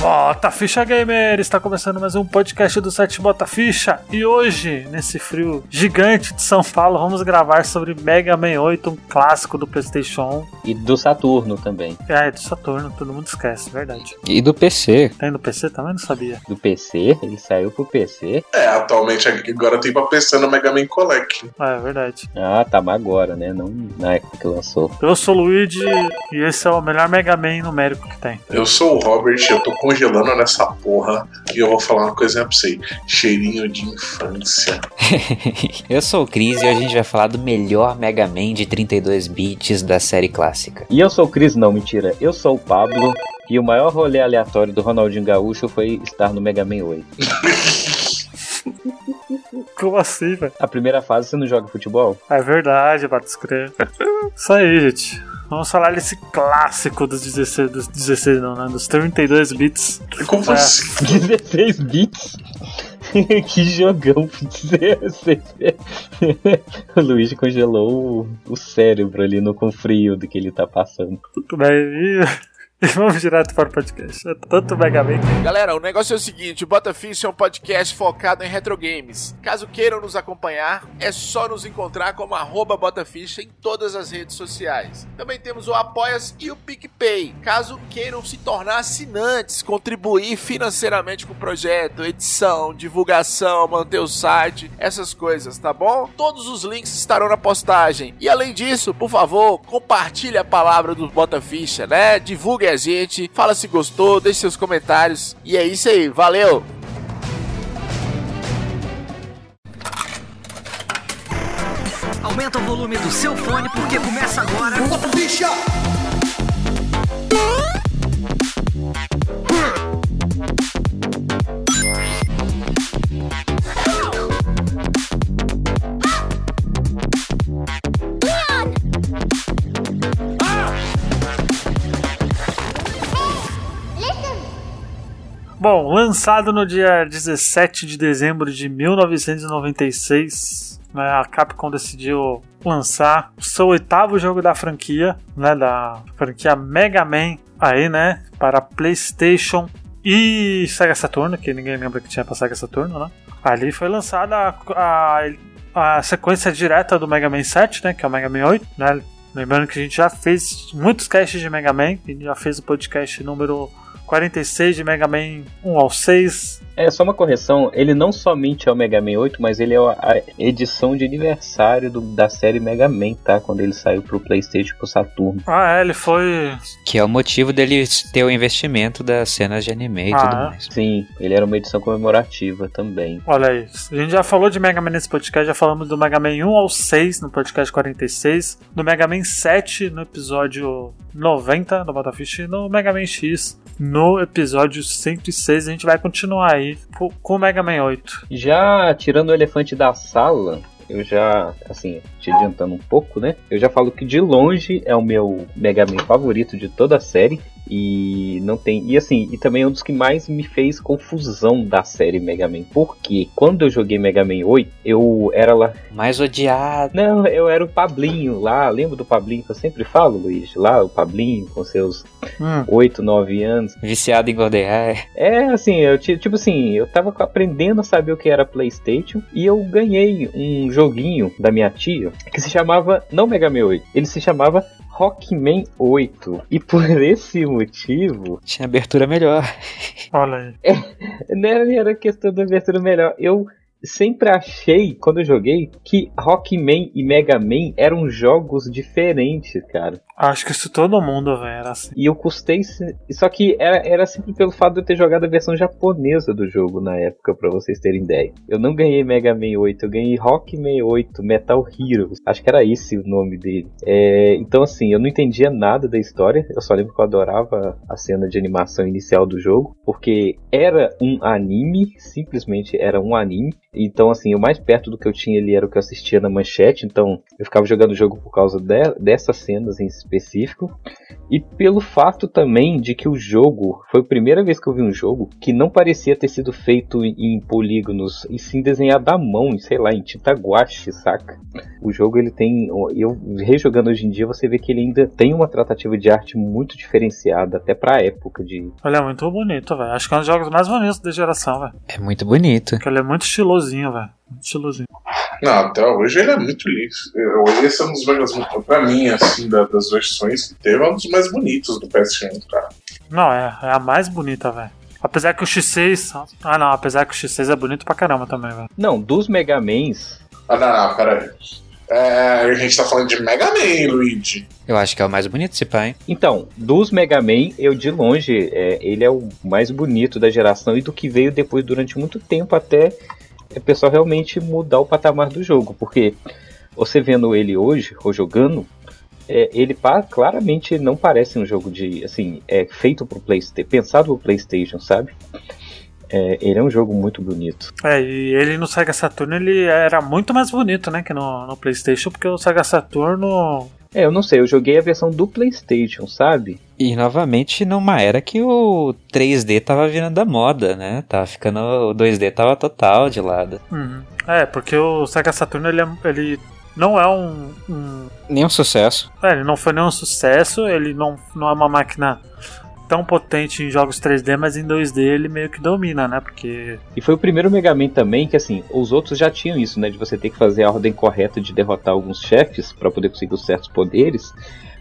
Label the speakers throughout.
Speaker 1: Bota Ficha Gamer! Está começando mais um podcast do site Bota Ficha e hoje, nesse frio gigante de São Paulo, vamos gravar sobre Mega Man 8, um clássico do PlayStation
Speaker 2: E do Saturno também.
Speaker 1: 1. É, é do Saturno, todo mundo esquece, verdade.
Speaker 3: E do PC.
Speaker 1: Tem no PC também? Não sabia.
Speaker 2: Do PC, ele saiu pro PC.
Speaker 4: É, atualmente agora tem pra PC no Mega Man Collect.
Speaker 1: É, verdade.
Speaker 2: Ah, tá, mas agora, né? Não na época que lançou.
Speaker 1: Eu sou o Luigi e esse é o melhor Mega Man numérico que tem.
Speaker 4: Eu sou o Robert, eu tô congelando nessa porra e eu vou falar uma coisinha pra você. Cheirinho de infância.
Speaker 3: Eu sou o Cris e hoje a gente vai falar do melhor Mega Man de 32 bits da série clássica.
Speaker 2: E eu sou o Cris, não, mentira. Eu sou o Pablo. E o maior rolê aleatório do Ronaldinho Gaúcho foi estar no Mega Man 8.
Speaker 1: Como assim, velho?
Speaker 2: A primeira fase você não joga futebol?
Speaker 1: É verdade, Batos Crê. Isso aí, gente. Vamos falar desse clássico dos 16, dos 16 não, né? Dos 32 bits.
Speaker 4: Como
Speaker 1: É.
Speaker 4: assim?
Speaker 2: 16 bits? que jogão, 16. o Luigi congelou o- o cérebro ali no com frio do que ele tá passando.
Speaker 1: Tudo bem. E, e vamos direto para o podcast. É tanto Mega Man.
Speaker 5: Galera, o negócio é o seguinte, o Bota Ficha é um podcast focado em retro games. Caso queiram nos acompanhar, é só nos encontrar como arroba Bota Ficha em todas as redes sociais. Também temos o Apoias e o PicPay. Caso queiram se tornar assinantes, contribuir financeiramente com o projeto, edição, divulgação, manter o site, essas coisas, tá bom? Todos os links estarão na postagem. E além disso, por favor, compartilhe a palavra do Bota Ficha, né? Divulgue a gente, fala se gostou, deixe seus comentários. E é isso aí, valeu!
Speaker 6: Aumenta o volume do seu fone porque começa agora.
Speaker 1: Bom, lançado no dia 17 de dezembro de 1996, né, a Capcom decidiu lançar o seu oitavo jogo da franquia, né, da franquia Mega Man, aí, né, para PlayStation e Sega Saturn, que ninguém lembra que tinha para Sega Saturn, né? Ali foi lançada a, a, a sequência direta do Mega Man 7, né, que é o Mega Man 8, né? Lembrando que a gente já fez muitos casts de Mega Man, a gente já fez o podcast número 46 de Mega Man 1 ao 6.
Speaker 2: É, só uma correção, ele não somente é o Mega Man 8, mas ele é a edição de aniversário do- da série Mega Man, tá? Quando ele saiu pro Playstation e pro Saturno.
Speaker 1: Ah, é, ele foi.
Speaker 3: Que é o motivo dele ter o investimento das cenas de anime e
Speaker 1: Ah,
Speaker 3: tudo
Speaker 1: é?
Speaker 3: mais.
Speaker 2: Sim, ele era uma edição comemorativa também.
Speaker 1: Olha aí, a gente já falou de Mega Man nesse podcast, já falamos do Mega Man 1 ao 6 no podcast 46, do Mega Man 7 no episódio 90 do Battlefield e no Mega Man X no episódio 106. A gente vai continuar aí po- com o Mega Man 8.
Speaker 2: Já tirando o elefante da sala, eu já, assim, te adiantando um pouco, né? Eu já falo que de longe é o meu Mega Man favorito de toda a série. E não tem. E assim, e também é um dos que mais me fez confusão da série Mega Man. Porque quando eu joguei Mega Man 8, eu era lá
Speaker 3: Mais odiado.
Speaker 2: Não, eu era o Pablinho lá, lembra do Pablinho que eu sempre falo, Luiz? Lá, o Pablinho com seus
Speaker 1: Hum,
Speaker 2: 8, 9 anos.
Speaker 3: Viciado em Goldeneye.
Speaker 2: É, assim, eu ti- tipo assim, eu tava aprendendo a saber o que era PlayStation e eu ganhei um joguinho da minha tia que se chamava, não Mega Man 8, ele se chamava Rockman 8. E por esse motivo,
Speaker 3: Tinha abertura melhor.
Speaker 1: olha aí.
Speaker 2: não era, nem era questão da abertura melhor, eu. Sempre achei, quando eu joguei, que Rockman e Mega Man eram jogos diferentes, cara.
Speaker 1: Acho que isso todo mundo, velho, era assim.
Speaker 2: E eu custei. se- Só que era, era sempre pelo fato de eu ter jogado a versão japonesa do jogo na época, pra vocês terem ideia. Eu não ganhei Mega Man 8, eu ganhei Rock Man 8 Metal Heroes. Acho que era esse o nome dele. É, então, assim, eu não entendia nada da história. Eu só lembro que eu adorava a cena de animação inicial do jogo, porque era um anime, simplesmente era um anime. Então, assim, o mais perto do que eu tinha ali era o que eu assistia na manchete. Então, eu ficava jogando o jogo por causa de- dessas cenas em específico. E pelo fato também de que o jogo foi a primeira vez que eu vi um jogo que não parecia ter sido feito em polígonos e sim desenhado à mão, em, sei lá, em tinta guache, saca? O jogo ele tem, eu rejogando hoje em dia, você vê que ele ainda tem uma tratativa de arte muito diferenciada até pra época de
Speaker 1: Ele é muito bonito, velho. Acho que é um dos jogos mais bonitos da geração, velho.
Speaker 3: É muito bonito.
Speaker 1: Porque ele é muito estilosinho, velho. Muito estilosinho.
Speaker 4: Não, até hoje ele é muito lindo. Eu- Esse é um dos jogos, pra mim, assim, da- das versões que teve, é um dos mais bonitos do PS1, cara.
Speaker 1: Não, é, é a mais bonita, velho. Apesar que o X6. Ah, não, apesar que o X6 é bonito pra caramba também, velho.
Speaker 2: Não, dos Megamans.
Speaker 4: Ah, não, não, peraí. É, a gente tá falando de Mega Man, Luigi.
Speaker 3: Eu acho que é o mais bonito esse pai, hein?
Speaker 2: Então, dos Megaman, eu de longe, é, ele é o mais bonito da geração e do que veio depois durante muito tempo até o pessoal realmente mudar o patamar do jogo. Porque você vendo ele hoje, ou jogando, é, ele pa- claramente não parece um jogo de. assim, é feito pro Playstation, pensado pro Playstation, sabe? É, ele é um jogo muito bonito.
Speaker 1: É, e ele no Sega Saturno ele era muito mais bonito, né? Que no, no PlayStation, porque o Sega Saturno.
Speaker 2: É, eu não sei, eu joguei a versão do Playstation, sabe?
Speaker 3: E novamente numa era que o 3D tava virando da moda, né? Tava ficando. O 2D tava total de lado.
Speaker 1: Uhum. É, porque o Sega Saturno ele, é- ele não é um- um
Speaker 3: Nenhum sucesso.
Speaker 1: É, ele não foi nenhum sucesso, ele não, não é uma máquina tão potente em jogos 3D, mas em 2D ele meio que domina, né? Porque.
Speaker 2: E foi o primeiro Mega Man também que, assim, os outros já tinham isso, né? De você ter que fazer a ordem correta de derrotar alguns chefes pra poder conseguir os certos poderes.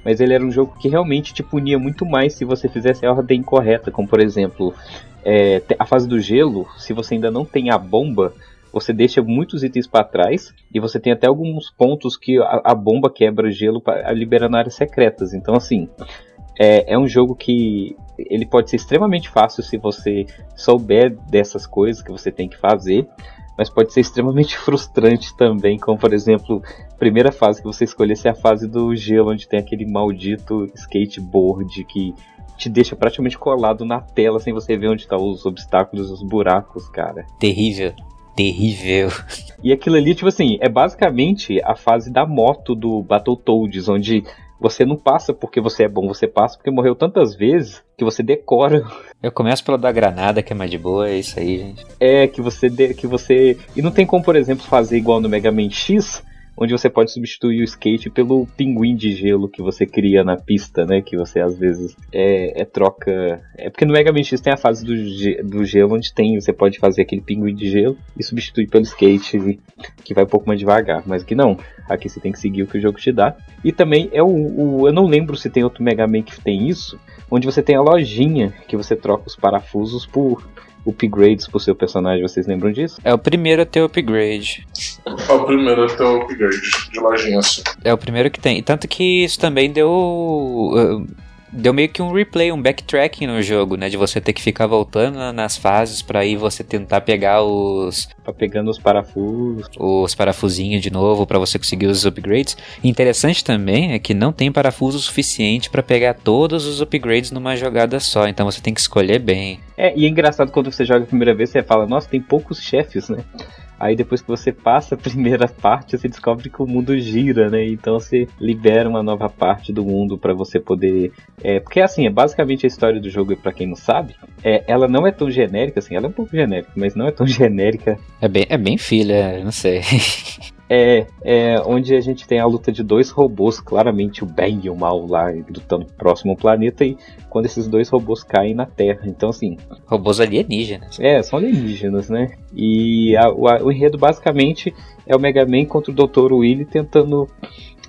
Speaker 2: Mas ele era um jogo que realmente te punia muito mais se você fizesse a ordem correta. Como, por exemplo, é, te- a fase do gelo, se você ainda não tem a bomba, você deixa muitos itens pra trás. E você tem até alguns pontos que a, a bomba quebra o gelo, pra, liberando áreas secretas. Então, assim, é, é um jogo que ele pode ser extremamente fácil se você souber dessas coisas que você tem que fazer, mas pode ser extremamente frustrante também, como por exemplo, a primeira fase que você escolher ser a fase do gelo, onde tem aquele maldito skateboard que te deixa praticamente colado na tela sem você ver onde estão os obstáculos, os buracos, cara.
Speaker 3: Terrível. Terrível.
Speaker 2: E aquilo ali, tipo assim, é basicamente a fase da moto do Battletoads, onde você não passa porque você é bom, você passa porque morreu tantas vezes que você decora
Speaker 3: Eu começo pelo da granada, que é mais de boa, é isso aí, gente.
Speaker 2: É, que você. de- que você E não tem como, por exemplo, fazer igual no Mega Man X, onde você pode substituir o skate pelo pinguim de gelo que você cria na pista, né? Que você às vezes é, é troca. É porque no Mega Man X tem a fase do, ge- do gelo, onde tem, você pode fazer aquele pinguim de gelo e substituir pelo skate, que vai um pouco mais devagar. Mas aqui não. Aqui você tem que seguir o que o jogo te dá. E também é o. o- eu não lembro se tem outro Mega Man que tem isso, onde você tem a lojinha que você troca os parafusos por upgrades pro seu personagem, vocês lembram disso?
Speaker 3: É o primeiro a ter upgrade.
Speaker 4: É o primeiro até o upgrade de lojinha, assim.
Speaker 3: É o primeiro que tem. Tanto que isso também deu. uh, Deu meio que um replay, um backtracking no jogo, né? De você ter que ficar voltando na- nas fases pra aí você tentar pegar os,
Speaker 2: Tá pegando os parafusos.
Speaker 3: os parafusinhos de novo pra você conseguir os upgrades. Interessante também é que não tem parafuso suficiente pra pegar todos os upgrades numa jogada só, então você tem que escolher bem.
Speaker 2: É, e é engraçado quando você joga a primeira vez, você fala, nossa, tem poucos chefes, né? Aí depois que você passa a primeira parte, você descobre que o mundo gira, né? Então você libera uma nova parte do mundo pra você poder. É, porque assim, é basicamente a história do jogo, pra quem não sabe, é, ela não é tão genérica, assim, ela é um pouco genérica, mas não é tão genérica
Speaker 3: É bem, é bem filha, não sei.
Speaker 2: É, é, onde a gente tem a luta de dois robôs, claramente o bem e o mal lá lutando próximo ao planeta, e quando esses dois robôs caem na Terra. Então, assim,
Speaker 3: Robôs alienígenas.
Speaker 2: é, são alienígenas, né? E a- o, a- o enredo basicamente é o Mega Man contra o Dr. Willy tentando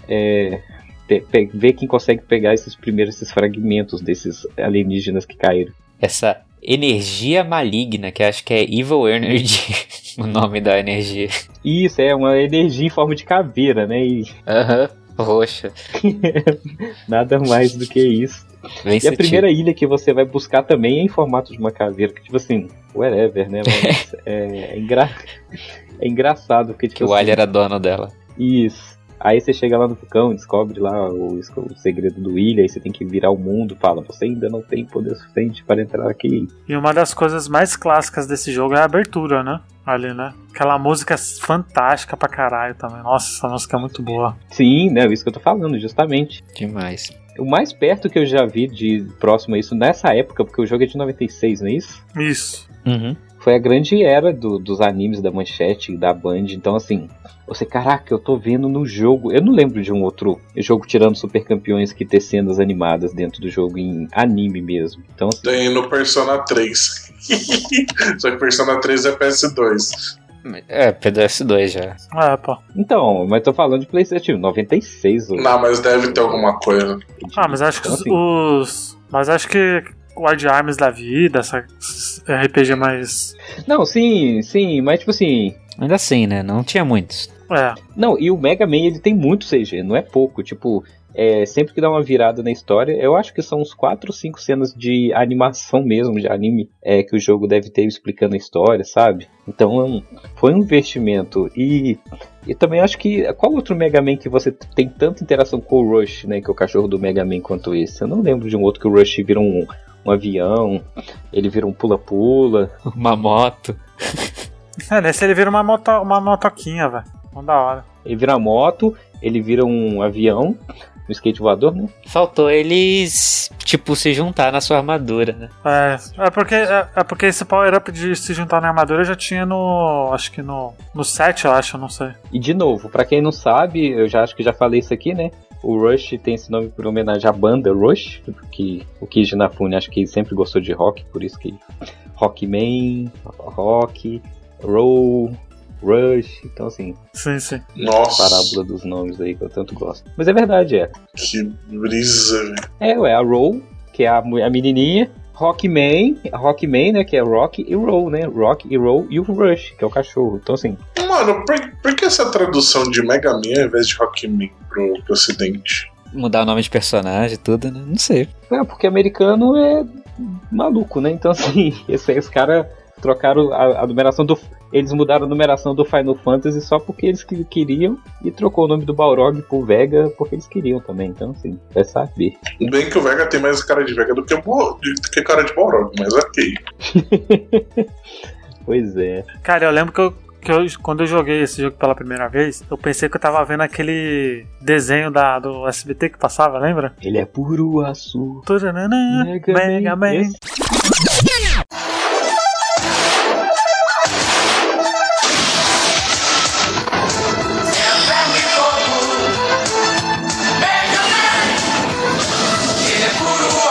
Speaker 2: é, te- pe- ver quem consegue pegar esses primeiros esses fragmentos desses alienígenas que caíram.
Speaker 3: Essa energia maligna, que acho que é Evil Energy, o nome da energia.
Speaker 2: E Isso, é uma energia em forma de caveira, né? E
Speaker 3: Aham, roxa.
Speaker 2: nada mais do que isso.
Speaker 3: Bem
Speaker 2: E a
Speaker 3: sutil.
Speaker 2: primeira ilha que você vai buscar também é em formato de uma caveira, que tipo assim, whatever, né? Mas é, é engra- é engraçado, porque tipo
Speaker 3: Que o
Speaker 2: assim,
Speaker 3: Alien era dono dela.
Speaker 2: Isso. Aí você chega lá no vulcão, descobre lá o, o segredo do ilha, aí você tem que virar o mundo, fala, você ainda não tem poder suficiente para entrar aqui.
Speaker 1: E uma das coisas mais clássicas desse jogo é a abertura, né? Ali, né? Aquela música fantástica pra caralho também. Nossa, essa música é muito boa.
Speaker 2: Sim, né? Isso que eu tô falando, justamente.
Speaker 3: Demais.
Speaker 2: O mais perto que eu já vi de próximo a isso nessa época, porque o jogo é de 96, não é isso?
Speaker 1: Isso.
Speaker 3: Uhum.
Speaker 2: Foi a grande era do- dos animes da Manchete, da Band. Então, assim, você, caraca, eu tô vendo no jogo. Eu não lembro de um outro jogo tirando Super Campeões que ter cenas animadas dentro do jogo em anime mesmo. Então, assim,
Speaker 4: Tem no Persona 3. Só que Persona 3 é PS2.
Speaker 3: É, PS2 já.
Speaker 1: É, pô.
Speaker 2: então mas tô falando de PlayStation 96. ô.
Speaker 4: Não, mas deve ter alguma coisa.
Speaker 1: Ah, mas acho que
Speaker 2: Então,
Speaker 1: os,
Speaker 2: assim,
Speaker 1: os- Mas acho que Guard Arms da vida, essa esses RPG mais.
Speaker 2: assim, Não, sim, sim, mas tipo assim.
Speaker 3: Ainda assim, né? Não tinha muitos.
Speaker 1: É,
Speaker 2: Não, e o Mega Man ele tem muito CG, não é pouco. Tipo, é, sempre que dá uma virada na história, eu acho que são uns 4 ou 5 cenas de animação mesmo, de anime, é, que o jogo deve ter explicando a história, sabe? Então é um- foi um investimento. E, e também acho que. Qual outro Mega Man que você t- tem tanta interação com o Rush, né? Que é o cachorro do Mega Man quanto esse? Eu não lembro de um outro que o Rush vira um, um avião, ele vira um pula-pula.
Speaker 3: Uma moto.
Speaker 1: é nesse ele vira uma, moto, uma motoquinha, velho. Mó da hora.
Speaker 2: Ele vira moto, ele vira um avião, um skate voador, né?
Speaker 3: Faltou eles, tipo, se juntar na sua armadura, né?
Speaker 1: É, é porque, é, é porque esse power-up de se juntar na armadura já tinha no. Acho que no. No 7, eu acho, eu não sei.
Speaker 2: E de novo, pra quem não sabe, eu já acho que já falei isso aqui, né? O Rush tem esse nome por homenagem à banda Rush, que o Kiji Nafune acho que sempre gostou de rock, por isso que Rockman, Rock, Roll, Rush, então assim,
Speaker 1: Sim, sim.
Speaker 4: Nossa,
Speaker 2: parábola dos nomes aí que eu tanto gosto. Mas é verdade, é.
Speaker 4: que brisa, velho.
Speaker 2: É, ué, a Roll, que é a, mu- a menininha, Rockman, Rockman, né, que é Rock e Roll, né? Rock e Roll e o Rush, que é o cachorro. Então assim,
Speaker 4: Mano, por, por que essa tradução de Mega Man ao invés de Rockman pro, pro ocidente?
Speaker 3: Mudar o nome de personagem e tudo, né? Não sei.
Speaker 2: É, porque americano é maluco, né? Então, assim, esse- esses caras trocaram a, a numeração do. Eles mudaram a numeração do Final Fantasy só porque eles que- queriam e trocou o nome do Balrog pro Vega porque eles queriam também. Então, assim, vai saber.
Speaker 4: Bem que o Vega tem mais cara de Vega do que, o Bo- de- do que cara de Balrog, mas ok.
Speaker 2: Pois é.
Speaker 1: Cara, eu lembro que eu. Que eu, quando eu joguei esse jogo pela primeira vez, eu pensei que eu tava vendo aquele desenho da, do SBT que passava, lembra?
Speaker 2: Ele é puro açúcar.
Speaker 1: Turanana,
Speaker 2: Mega Man,
Speaker 1: Mega Man.
Speaker 2: esse-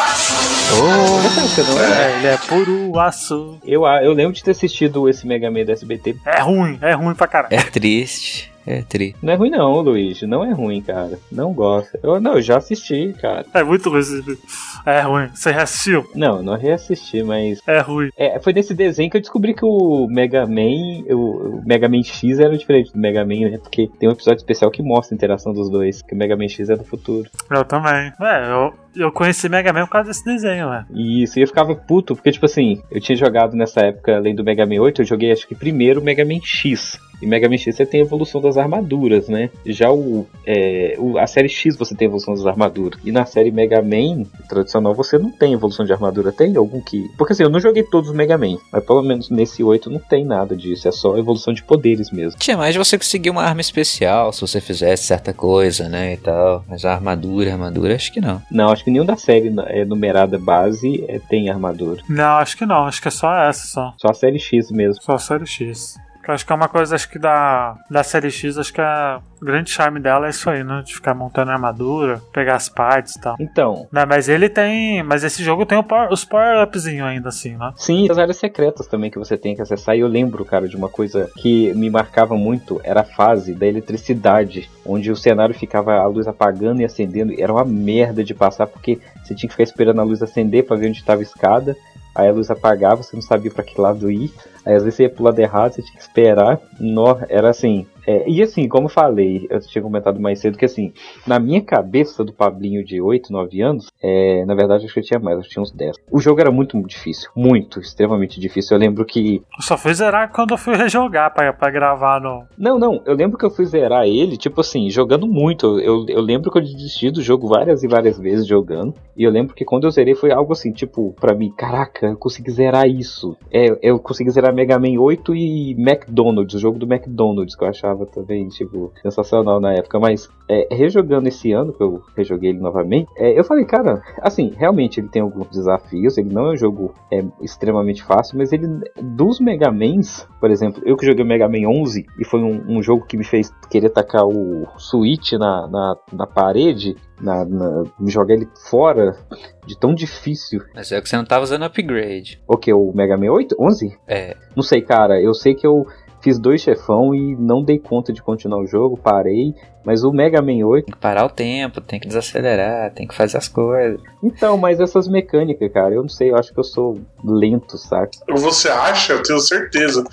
Speaker 2: Essa música não é?
Speaker 1: É, ele é puro aço.
Speaker 2: Eu, a- eu lembro de ter assistido esse Mega Man do SBT.
Speaker 1: É ruim, é ruim pra caralho.
Speaker 3: É triste. É triste.
Speaker 2: Não é ruim, não, Luigi. Não é ruim, cara. Não gosto. Eu, não, eu já assisti, cara.
Speaker 1: É muito ruim esse vídeo. É ruim. Você já assistiu?
Speaker 2: Não, não reassisti, mas
Speaker 1: É ruim.
Speaker 2: É, foi nesse desenho que eu descobri que o Mega Man, o o Mega Man X era diferente do Mega Man, né? Porque tem um episódio especial que mostra a interação dos dois, que o Mega Man X é do futuro.
Speaker 1: Eu também. É, eu, eu conheci Mega Man por causa desse desenho, né? velho.
Speaker 2: E isso, e eu ficava puto, porque tipo assim, eu tinha jogado nessa época, além do Mega Man 8, eu joguei acho que primeiro o Mega Man X. E Mega Man X você tem a evolução das armaduras, né? Já o, é, o- a série X você tem a evolução das armaduras. E na série Mega Man tradicional você não tem evolução de armadura. Tem algum que. Porque assim, eu não joguei todos os Mega Man, mas pelo menos nesse 8 não tem nada disso. É só evolução de poderes mesmo.
Speaker 3: Tinha mais de você conseguir uma arma especial se você fizesse certa coisa, né? E tal. Mas a armadura, armadura, acho que não.
Speaker 2: Não, acho que nenhum da série na- é numerada base é, tem armadura.
Speaker 1: Não, acho que não. Acho que é só essa, só.
Speaker 2: Só a série X mesmo.
Speaker 1: Só a série X. Que eu acho que é uma coisa, acho que da, da série X, acho que a, o grande charme dela é isso aí, né? De ficar montando armadura, pegar as partes e tal.
Speaker 2: Então,
Speaker 1: Não, mas ele tem. Mas esse jogo tem o power- os power-upzinho ainda, assim, né?
Speaker 2: Sim, as áreas secretas também que você tem que acessar. E eu lembro, cara, de uma coisa que me marcava muito, era a fase da eletricidade, onde o cenário ficava a luz apagando e acendendo. Era uma merda de passar, porque você tinha que ficar esperando a luz acender pra ver onde estava a escada. Aí a luz apagava, você não sabia pra que lado ir. Aí às vezes você ia pro lado errado, você tinha que esperar. Nó, era assim. é, e assim, como eu falei, eu tinha comentado mais cedo que assim, na minha cabeça do Pablinho de 8, 9 anos, é, na verdade acho que eu tinha mais, acho que tinha uns 10. O jogo era muito difícil, muito, extremamente difícil. Eu lembro que.
Speaker 1: Eu só fui zerar quando eu fui rejogar pra, pra gravar no.
Speaker 2: Não, não, eu lembro que eu fui zerar ele, tipo assim, jogando muito. Eu, eu lembro que eu desisti do jogo várias e várias vezes jogando. E eu lembro que quando eu zerei foi algo assim, tipo, pra mim, caraca, eu consegui zerar isso. É, eu consegui zerar Mega Man 8 e McDonald's, o jogo do McDonald's, que eu achava tava também, tipo, sensacional na época. Mas é, rejogando esse ano, que eu rejoguei ele novamente, é, eu falei, cara, assim, realmente ele tem alguns desafios, ele não é um jogo é, extremamente fácil, mas ele, dos Mega Mans, por exemplo, eu que joguei o Mega Man 11 e foi um, um jogo que me fez querer tacar o Switch na, na, na parede, na, na, jogar ele fora de tão difícil.
Speaker 3: Mas é que você não tava usando upgrade.
Speaker 2: O que, o Mega Man 8? 11?
Speaker 3: É.
Speaker 2: Não sei, cara, eu sei que eu fiz dois chefão e não dei conta de continuar o jogo, parei, mas o Mega Man 8
Speaker 3: Tem que parar o tempo, tem que desacelerar, tem que fazer as coisas.
Speaker 2: Então, mas essas mecânicas, cara, eu não sei, eu acho que eu sou lento, saca?
Speaker 4: Você acha? Eu tenho certeza.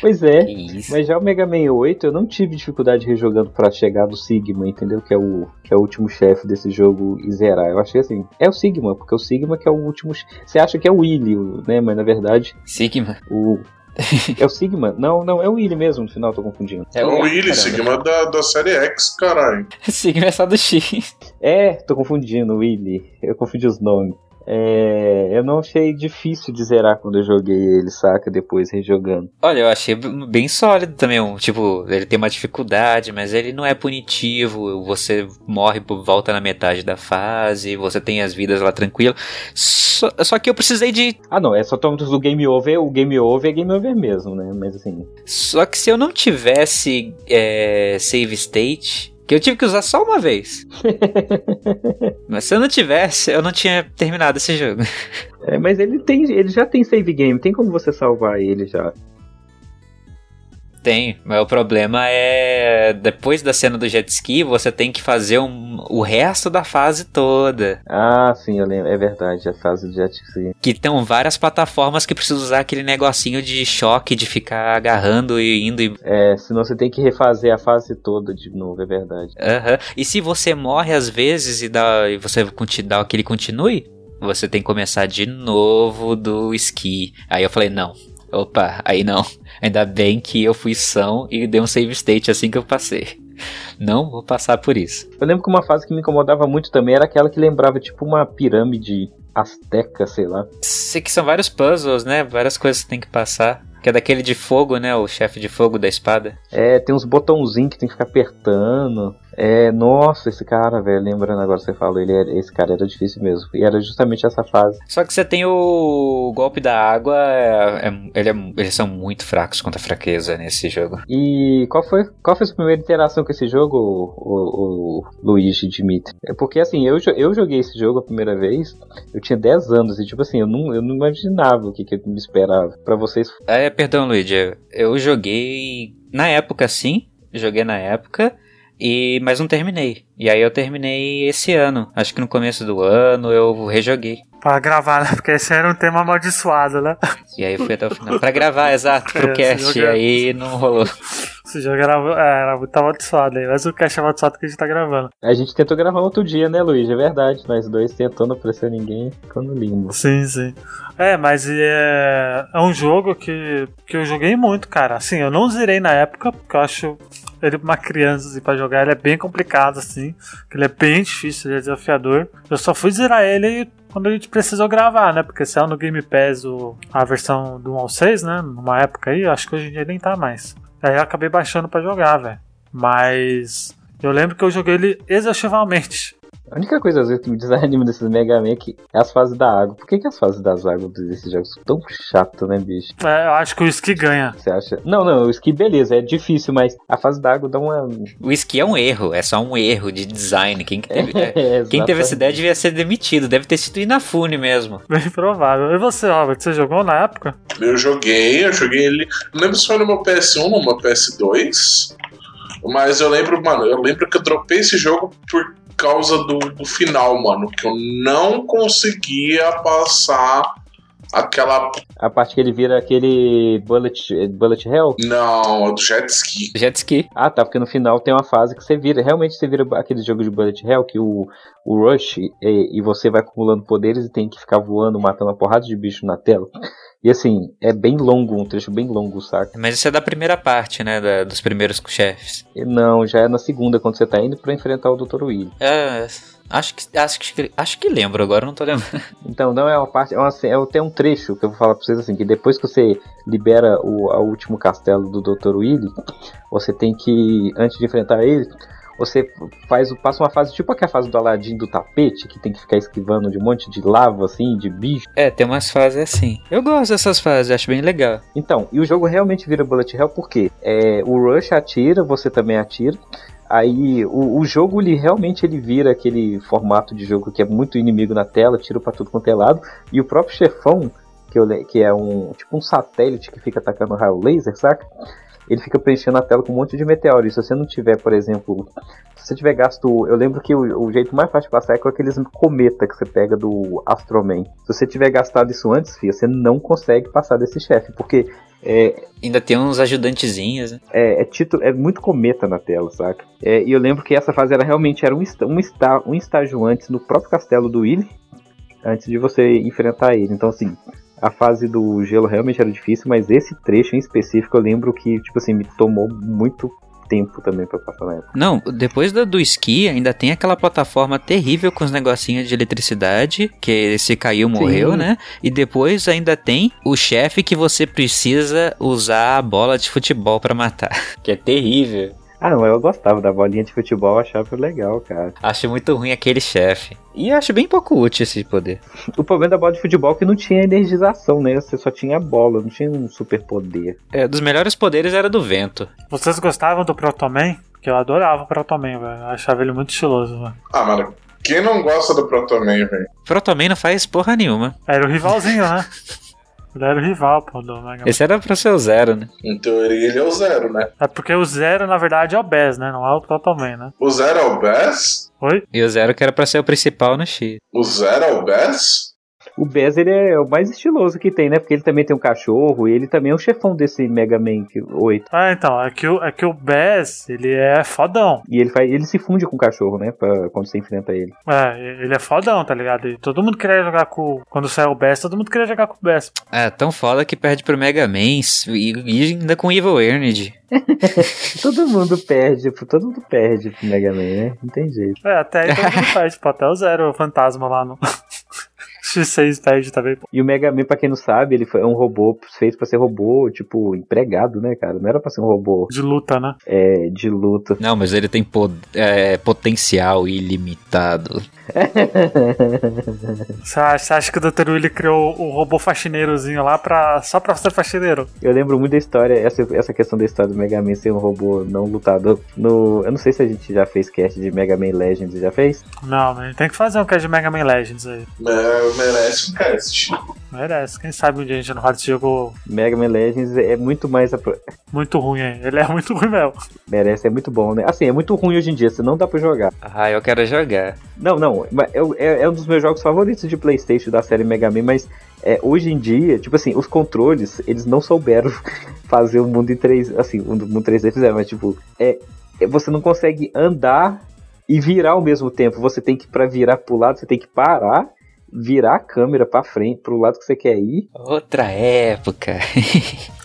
Speaker 2: Pois é.
Speaker 3: Que isso.
Speaker 2: Mas já o Mega Man 8 eu não tive dificuldade rejogando pra chegar no Sigma, entendeu? Que é o, que é o último chefe desse jogo e zerar. Eu achei assim, é o Sigma, porque o Sigma que é o último. che- Você acha que é o Willy, o- né? Mas na verdade,
Speaker 3: Sigma.
Speaker 2: o. É o Sigma? Não, não, é o Willy mesmo, no final, tô confundindo.
Speaker 4: É o
Speaker 3: né?
Speaker 4: Willy, Sigma da, da série X, caralho.
Speaker 3: Sigma é só do X.
Speaker 2: É, tô confundindo, o Willy. Eu confundi os nomes. É, eu não achei difícil de zerar quando eu joguei ele, saca? Depois rejogando.
Speaker 3: Olha, eu achei b- bem sólido também. um, Tipo, ele tem uma dificuldade, mas ele não é punitivo. Você morre, por volta na metade da fase, você tem as vidas lá tranquilo. Só, só que eu precisei de
Speaker 2: Ah, não, é só tomar do Game Over. O Game Over é Game Over mesmo, né? Mas assim,
Speaker 3: Só que se eu não tivesse é, save state, que eu tive que usar só uma vez. Mas se eu não tivesse, eu não tinha terminado esse jogo.
Speaker 2: É, mas ele tem, ele já tem save game, tem como você salvar ele já.
Speaker 3: Tem, mas o problema é depois da cena do jet ski, você tem que fazer um- o resto da fase toda,
Speaker 2: Ah, sim, eu lembro, é verdade, a fase de jet ski.
Speaker 3: que tem várias plataformas que precisa usar aquele negocinho de choque de ficar agarrando e indo e
Speaker 2: É, senão você tem que refazer a fase toda de novo, é verdade.
Speaker 3: Aham. E se você morre às vezes e, dá, e você conti- dá que ele continue, você tem que começar de novo do esqui. Aí eu falei, não. Opa, aí não. Ainda bem que eu fui são e dei um save state assim que eu passei. Não vou passar por isso.
Speaker 2: Eu lembro que uma fase que me incomodava muito também era aquela que lembrava tipo uma pirâmide asteca, sei lá.
Speaker 3: Sei que são vários puzzles, né? Várias coisas que tem que passar. Que é daquele de fogo, né? O chefe de fogo da espada.
Speaker 2: É, tem uns botãozinhos que tem que ficar apertando. É, nossa, esse cara, velho, lembrando agora que você falou, ele era- esse cara era difícil mesmo. E era justamente essa fase.
Speaker 3: Só que você tem o golpe da água. é- é- ele é- eles são muito fracos contra a fraqueza nesse jogo.
Speaker 2: E qual foi, qual foi a sua primeira interação com esse jogo, o, o, Luigi Dimitri? É porque assim, eu, jo- eu joguei esse jogo a primeira vez, eu tinha 10 anos, e tipo assim, eu não, eu não imaginava o que, que me esperava. Pra vocês.
Speaker 3: É, perdão, Luigi. Eu joguei na época, sim. Joguei na época. E, mas não terminei. E aí eu terminei esse ano. Acho que no começo do ano eu rejoguei.
Speaker 1: Pra gravar, né? Porque esse era um tema amaldiçoado, né?
Speaker 3: E aí fui até o final. Pra gravar, exato, pro
Speaker 1: É,
Speaker 3: cast.
Speaker 1: esse
Speaker 3: E
Speaker 1: jogo é-
Speaker 3: aí não rolou.
Speaker 1: Esse jogo era, é, era muito amaldiçoado aí. Mas o cast é amaldiçoado que a gente tá gravando.
Speaker 2: A gente tentou gravar outro dia, né, Luigi? É verdade, nós dois tentando aparecer ninguém, ficando lindo.
Speaker 1: Sim, sim. É, mas é, é um jogo que, que eu joguei muito, cara. Assim, eu não zerei na época, porque eu acho ele pra uma criança, assim, pra jogar, ele é bem complicado, assim. Ele é bem difícil, ele é desafiador. Eu só fui zerar ele quando a gente precisou gravar, né? Porque saiu no Game Pass o- a versão do 1 ao 6, né? Numa época aí, eu acho que hoje em dia nem tá mais. Aí eu acabei baixando pra jogar, velho. Mas eu lembro que eu joguei ele exaustivamente.
Speaker 2: A única coisa às vezes que me desanima desses Mega Man é, que é as fases da água. Por que, que as fases das águas desses jogos são tão chatas, né, bicho?
Speaker 1: É, eu acho que o Ski ganha.
Speaker 2: Você acha? Não, não, o ski, beleza, é difícil, mas a fase da água dá uma.
Speaker 3: O esqui é um erro, é só um erro de design. Quem, que teve, é, quem teve essa
Speaker 2: exatamente.
Speaker 3: ideia devia ser demitido, deve ter sido Inafune mesmo.
Speaker 1: Bem provável. E você, Robert, você jogou na época?
Speaker 4: Eu joguei, eu joguei ele. Não lembro se foi no meu PS1 ou no meu PS2. Mas eu lembro, mano, eu lembro que eu dropei esse jogo por causa do, do final, mano. Que eu não conseguia passar aquela.
Speaker 2: A parte que ele vira aquele bullet, bullet hell?
Speaker 4: Não, a do jet ski.
Speaker 3: Jet ski.
Speaker 2: Ah, tá, porque no final tem uma fase que você vira, realmente você vira aquele jogo de bullet hell que o, o rush e, e você vai acumulando poderes e tem que ficar voando, matando uma porrada de bicho na tela. E assim, é bem longo, um trecho bem longo, saca?
Speaker 3: Mas isso é da primeira parte, né? da- dos primeiros chefes.
Speaker 2: E não, já é na segunda, quando você tá indo pra enfrentar o Dr. Will.
Speaker 3: É, acho que, acho que, acho que lembro agora, não tô lembrando.
Speaker 2: Então, não é uma parte, é, uma, ce- é até um trecho que eu vou falar pra vocês assim, que depois que você libera o a último castelo do Dr. Willy, você tem que, antes de enfrentar ele, você faz, o- passa uma fase tipo aquela fase do Aladim do tapete, que tem que ficar esquivando de um monte de lava, assim, de bicho.
Speaker 3: É, tem umas fases assim. Eu gosto dessas fases, acho bem legal.
Speaker 2: Então, e o jogo realmente vira bullet hell porque é, o Rush atira, você também atira. Aí o, o jogo ele realmente ele vira aquele formato de jogo que é muito inimigo na tela, tiro pra tudo quanto é lado. E o próprio chefão, que, eu le- que é um tipo um satélite que fica atacando raio laser, saca? Ele fica preenchendo a tela com um monte de meteoro. E se você não tiver, por exemplo, se você tiver gasto. Eu lembro que o, o jeito mais fácil de passar é com aqueles cometa que você pega do Astroman. Se você tiver gastado isso antes, filha, você não consegue passar desse chefe. Porque é,
Speaker 3: Ainda tem uns ajudantezinhos, né?
Speaker 2: é, é, título, é muito cometa na tela, saca? É, e eu lembro que essa fase era realmente era um, esta- um, esta- um estágio antes no próprio castelo do Willy, antes de você enfrentar ele. Então, assim, a fase do gelo realmente era difícil, mas esse trecho em específico eu lembro que, tipo assim, me tomou muito tempo também pra passar na época.
Speaker 3: Não, depois do, do esqui, ainda tem aquela plataforma terrível com os negocinhos de eletricidade, que se caiu, morreu,
Speaker 2: Sim.
Speaker 3: né? E depois ainda tem o chefe que você precisa usar a bola de futebol pra matar. Que é terrível.
Speaker 2: Ah, não, eu gostava da bolinha de futebol, eu achava legal, cara.
Speaker 3: Acho muito ruim aquele chefe. E acho bem pouco útil esse poder.
Speaker 2: O problema da bola de futebol é que não tinha energização, né? Você só tinha a bola, não tinha um superpoder.
Speaker 3: É, dos melhores poderes era do vento.
Speaker 1: Vocês gostavam do Protoman? Porque eu adorava o Protoman, velho. Eu achava ele muito estiloso, velho.
Speaker 4: Ah, mano, quem não gosta do Protoman, velho?
Speaker 3: Protoman não faz porra nenhuma.
Speaker 1: Era o rivalzinho, né? Ele era o rival, pô, do Mega Man.
Speaker 3: Esse era pra ser o zero, né?
Speaker 4: Em teoria, ele é o Zero, né?
Speaker 1: É porque o Zero, na verdade, é o Bez, né? Não é o Protoman, né?
Speaker 4: O Zero é o Bass?
Speaker 1: Oi?
Speaker 3: E o zero que era pra ser o principal no X.
Speaker 4: O Zero é o Bass?
Speaker 2: O Bez ele é o mais estiloso que tem, né? Porque ele também tem um cachorro e ele também é o chefão desse Mega Man que- 8.
Speaker 1: Ah, então, é que o, é que o Bez, ele é fodão.
Speaker 2: E ele, faz, ele se funde com o cachorro, né? Pra, quando você enfrenta ele.
Speaker 1: É, ele é fodão, tá ligado? E todo mundo queria jogar com. Quando saiu o Bez, todo mundo queria jogar com o Bez.
Speaker 3: É, tão foda que perde pro Mega Man e, e ainda com Evil Earned.
Speaker 2: Todo mundo perde, pô, todo mundo perde pro Mega Man, né? Não tem jeito.
Speaker 1: É, até aí todo mundo perde, pô. Até o Zero, o fantasma lá no. X6 perde também, pô.
Speaker 2: E o Mega Man, pra quem não sabe, ele foi é um robô feito pra ser robô, tipo, empregado, né, cara? Não era pra ser um robô
Speaker 1: De luta, né?
Speaker 2: é, de luta.
Speaker 3: Não, mas ele tem po- é, potencial ilimitado.
Speaker 1: Você acha, você acha que o Dr. Willy criou o robô faxineirozinho lá pra, só pra ser faxineiro?
Speaker 2: Eu lembro muito da história, essa, essa questão da história do Mega Man ser um robô não lutador. No, eu não sei se a gente já fez cast de Mega Man Legends, já fez?
Speaker 1: Não, mas tem que fazer um cast de Mega Man Legends aí.
Speaker 4: Me- Merece um cast.
Speaker 1: Merece. Quem sabe um dia a gente não faz esse jogo
Speaker 2: Mega Man Legends é muito mais. apro-
Speaker 1: muito ruim aí. Ele é muito ruim mesmo.
Speaker 2: Merece, é muito bom, né? Assim, é muito ruim hoje em dia, você não dá pra jogar.
Speaker 3: Ah, eu quero jogar.
Speaker 2: Não, não, mas eu- é, é um dos meus jogos favoritos de PlayStation da série Mega Man, mas é, hoje em dia, tipo assim, os controles, eles não souberam fazer o mundo em 3. Assim, o mundo 3D fizeram, mas tipo, é, é, você não consegue andar e virar ao mesmo tempo. Você tem que, pra virar pro lado, você tem que parar, virar a câmera pra frente, pro lado que você quer ir
Speaker 3: Outra época.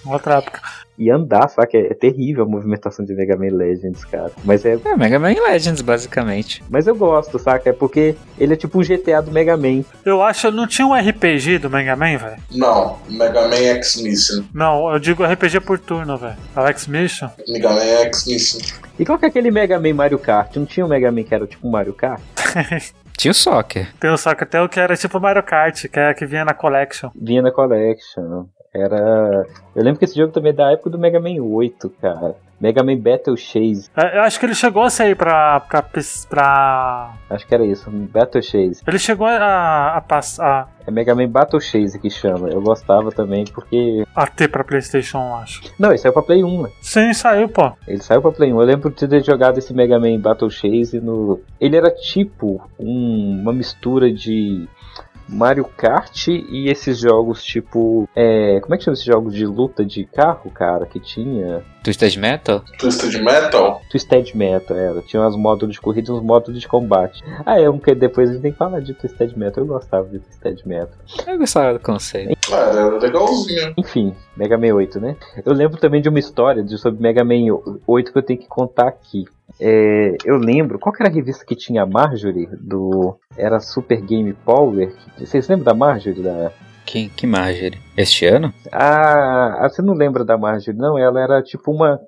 Speaker 1: Outra época.
Speaker 2: e andar, saca? É, é terrível a movimentação de Mega Man Legends, cara. Mas é
Speaker 3: É, Mega Man Legends, basicamente.
Speaker 2: Mas eu gosto, saca? É porque ele é tipo um GTA do Mega Man.
Speaker 1: Eu acho, não tinha um RPG do Mega Man, velho?
Speaker 4: Não, Mega Man X Missing.
Speaker 1: Não, eu digo RPG por turno, velho. Alex Mission?
Speaker 4: Mega Man X Missing.
Speaker 2: E qual que é aquele Mega Man Mario Kart? Não tinha um Mega Man que era tipo um Mario Kart?
Speaker 3: Tinha o Soccer.
Speaker 1: Tem um o Soccer Tail que era tipo Mario Kart, que era que vinha na Collection.
Speaker 2: Vinha na Collection. Era. Eu lembro que esse jogo também é da época do Mega Man 8, cara. Mega Man Battle Chase.
Speaker 1: É, Eu acho que ele chegou a sair pra. pra. pis- pra...
Speaker 2: Acho que era isso. Battle Chase.
Speaker 1: Ele chegou a, a passar.
Speaker 2: É Mega Man Battle Chase que chama. Eu gostava também porque.
Speaker 1: a ter pra PlayStation, eu acho.
Speaker 2: Não, ele saiu pra Play 1, né?
Speaker 1: Sim, saiu, pô.
Speaker 2: Ele saiu pra Play 1. Eu lembro de ter jogado esse Mega Man Battle Chase no. Ele era tipo um- uma mistura de Mario Kart e esses jogos tipo. é, como é que chama esses jogos de luta de carro, cara? Que tinha.
Speaker 3: Twisted Metal?
Speaker 4: Twisted Metal?
Speaker 2: Twisted Metal era. Tinha uns módulos de corrida e uns módulos de combate. Ah, é um que depois a gente tem que falar de Twisted Metal. Eu gostava de Twisted Metal.
Speaker 3: Eu gostava do conceito.
Speaker 4: É, cara. Era legalzinho.
Speaker 2: Enfim, Mega Man 8, né? Eu lembro também de uma história de- sobre Mega Man 8 que eu tenho que contar aqui. É, eu lembro, qual que era a revista que tinha a Marjorie? Do, era Super Game Power? Vocês lembram da Marjorie? Da,
Speaker 3: Que, que Marjorie? Este ano?
Speaker 2: ah, ah, você não lembra da Marjorie, não? Ela era tipo uma.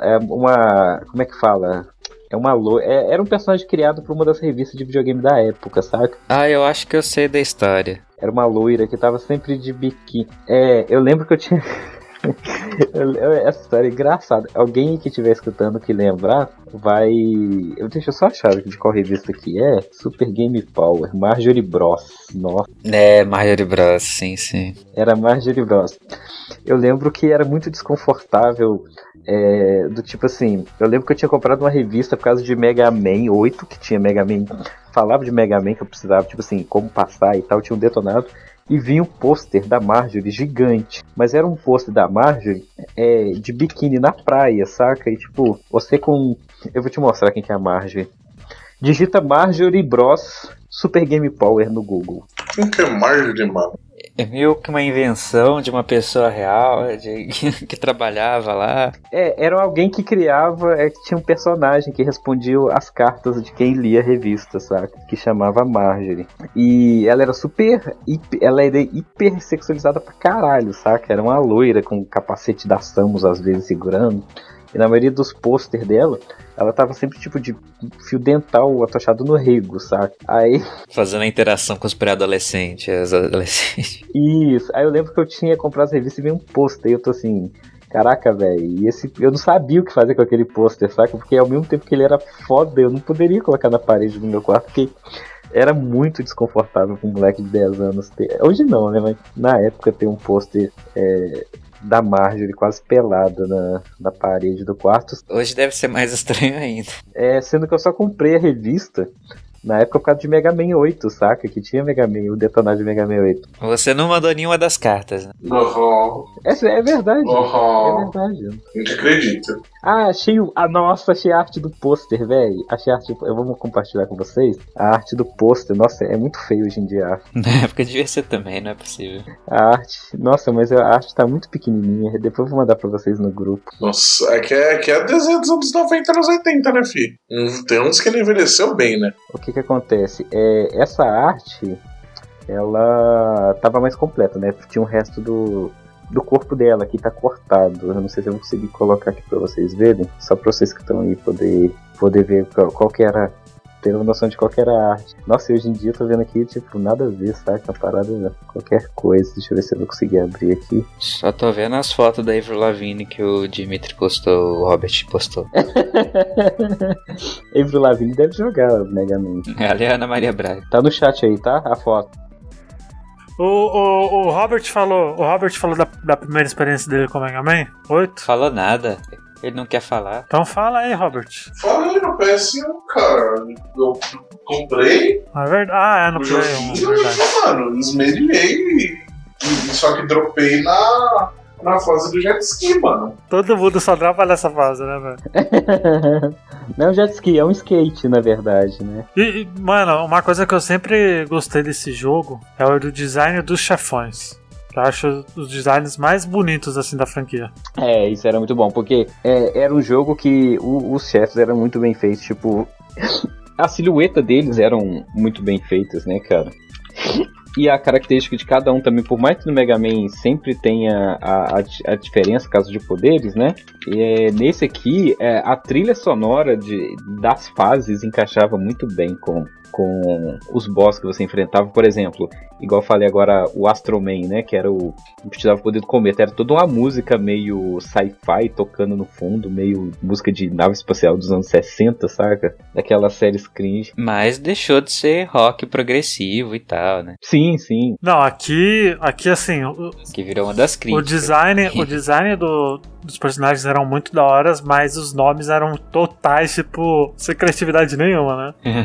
Speaker 2: é, uma como é que fala? É uma lo, é- era um personagem criado por uma das revistas de videogame da época, saca?
Speaker 3: Ah, eu acho que eu sei da história.
Speaker 2: Era uma loira que tava sempre de biquíni. É, eu lembro que eu tinha. Eu- eu- Essa história é engraçada. Alguém que estiver escutando que lembrar, vai. Eu deixa eu só achar de qual revista que é. Super Game Power, Marjorie Bros. Nossa,
Speaker 3: É, Marjorie Bros, sim, sim.
Speaker 2: era Marjorie Bros. Eu lembro que era muito desconfortável. é, do tipo assim, eu lembro que eu tinha comprado uma revista por causa de Mega Man 8, que tinha Mega Man. Falava de Mega Man que eu precisava, tipo assim, como passar e tal, tinha um detonado e vinha um pôster da Marjorie gigante. Mas era um pôster da Marjorie é, de biquíni na praia, saca? E tipo, você com. Eu vou te mostrar quem que é a Marjorie. Digita Marjorie Bros Super Game Power no Google.
Speaker 4: Quem que é Marjorie, mano?
Speaker 3: É meio que uma invenção de uma pessoa real, de, que trabalhava lá.
Speaker 2: É, era alguém que criava, é, que tinha um personagem que respondia as cartas de quem lia a revista, saca? Que chamava Marjorie. E ela era super. hiper- ela era hiper sexualizada pra caralho, saca? Era uma loira com um capacete da Samus às vezes segurando. E na maioria dos pôster dela, ela tava sempre tipo de fio dental atochado no rego, saca? Aí
Speaker 3: Fazendo a interação com os pré-adolescentes, as adolescentes.
Speaker 2: Isso. Aí eu lembro que eu tinha comprado as revistas e vi um pôster. E eu tô assim, caraca, velho. E esse, eu não sabia o que fazer com aquele pôster, saca? Porque ao mesmo tempo que ele era foda, eu não poderia colocar na parede do meu quarto, porque era muito desconfortável pra um moleque de 10 anos ter. Hoje não, né? Mas na época ter um pôster. é, da Marjorie quase pelada na, na parede do quarto.
Speaker 3: Hoje deve ser mais estranho ainda.
Speaker 2: É, sendo que eu só comprei a revista na época por causa de Mega Man 8, saca? Que tinha Mega Man, o detonado de Mega Man 8.
Speaker 3: Você não mandou nenhuma das cartas, né?
Speaker 4: Aham.
Speaker 2: É, é verdade. É
Speaker 4: Aham.
Speaker 2: verdade.
Speaker 4: Não te acredito.
Speaker 2: Ah, achei. o- Ah, nossa, achei a arte do pôster, velho. Achei a arte. do- Eu vou compartilhar com vocês a arte do pôster. Nossa, é muito feio hoje em dia a arte.
Speaker 3: Na época devia ser também, não é possível.
Speaker 2: A arte. Nossa, mas a arte tá muito pequenininha. Depois eu vou mandar pra vocês no grupo.
Speaker 4: Nossa, aqui é, aqui é desenho dos anos 90 anos 80, né, fi? Hum, Tem uns que ele envelheceu bem, né?
Speaker 2: O que que acontece? É, essa arte. Ela tava mais completa, né? Tinha o resto do. Do corpo dela que tá cortado. Eu não sei se eu vou conseguir colocar aqui pra vocês verem. Só pra vocês que estão aí poder, poder ver qual, qual que era ter uma noção de qual que era a arte. Nossa, e hoje em dia eu tô vendo aqui, tipo, nada a ver, saca? Uma parada, né? qualquer coisa. Deixa eu ver se eu vou conseguir abrir aqui.
Speaker 3: Só tô vendo as fotos da Avril Lavigne que o Dimitri postou, o Robert postou.
Speaker 2: Avril Lavigne deve jogar Mega Man.
Speaker 3: Ela é a Ana Maria Braga.
Speaker 2: Tá no chat aí, tá? A foto.
Speaker 1: O, o, o Robert falou, o Robert falou da, da primeira experiência dele com o Mega Man 8.
Speaker 3: Falou nada. Ele não quer falar.
Speaker 1: Então fala aí, Robert.
Speaker 4: Fala aí no PS1, cara. Eu comprei
Speaker 1: É verdade. Ah, é no
Speaker 4: o
Speaker 1: Play 1,
Speaker 4: joguinho
Speaker 1: verdade.
Speaker 4: e, mano, esmerilhei. e- e- Só que dropei na, na fase do jet ski, mano.
Speaker 1: Todo mundo só trabalha essa fase, né, velho?
Speaker 2: Não é um jet ski, é um skate, na verdade, né?
Speaker 1: E, e, mano, uma coisa que eu sempre gostei desse jogo é o do design dos chefões. Eu acho os designs mais bonitos, assim, da franquia.
Speaker 2: É, isso era muito bom, porque é, era um jogo que o- os chefes eram muito bem feitos, tipo. A silhueta deles eram muito bem feitas, né, cara? E a característica de cada um também, por mais que no Mega Man sempre tenha a, a di- a diferença, caso de poderes, né? É, nesse aqui, é, a trilha sonora de, das fases encaixava muito bem com, com os boss que você enfrentava. Por exemplo, igual eu falei agora, o Astro Man, né? Que era o que te dava o poder do cometa. Era toda uma música meio sci-fi tocando no fundo, meio música de nave espacial dos anos 60, saca? Daquelas séries cringe.
Speaker 3: Mas deixou de ser rock progressivo e tal, né?
Speaker 2: Sim, sim.
Speaker 1: Não, aqui, aqui assim, o,
Speaker 3: Que virou uma das
Speaker 1: o
Speaker 3: críticas.
Speaker 1: design, o design do- dos personagens eram muito da hora, mas os nomes eram totais, tipo, sem criatividade nenhuma, né?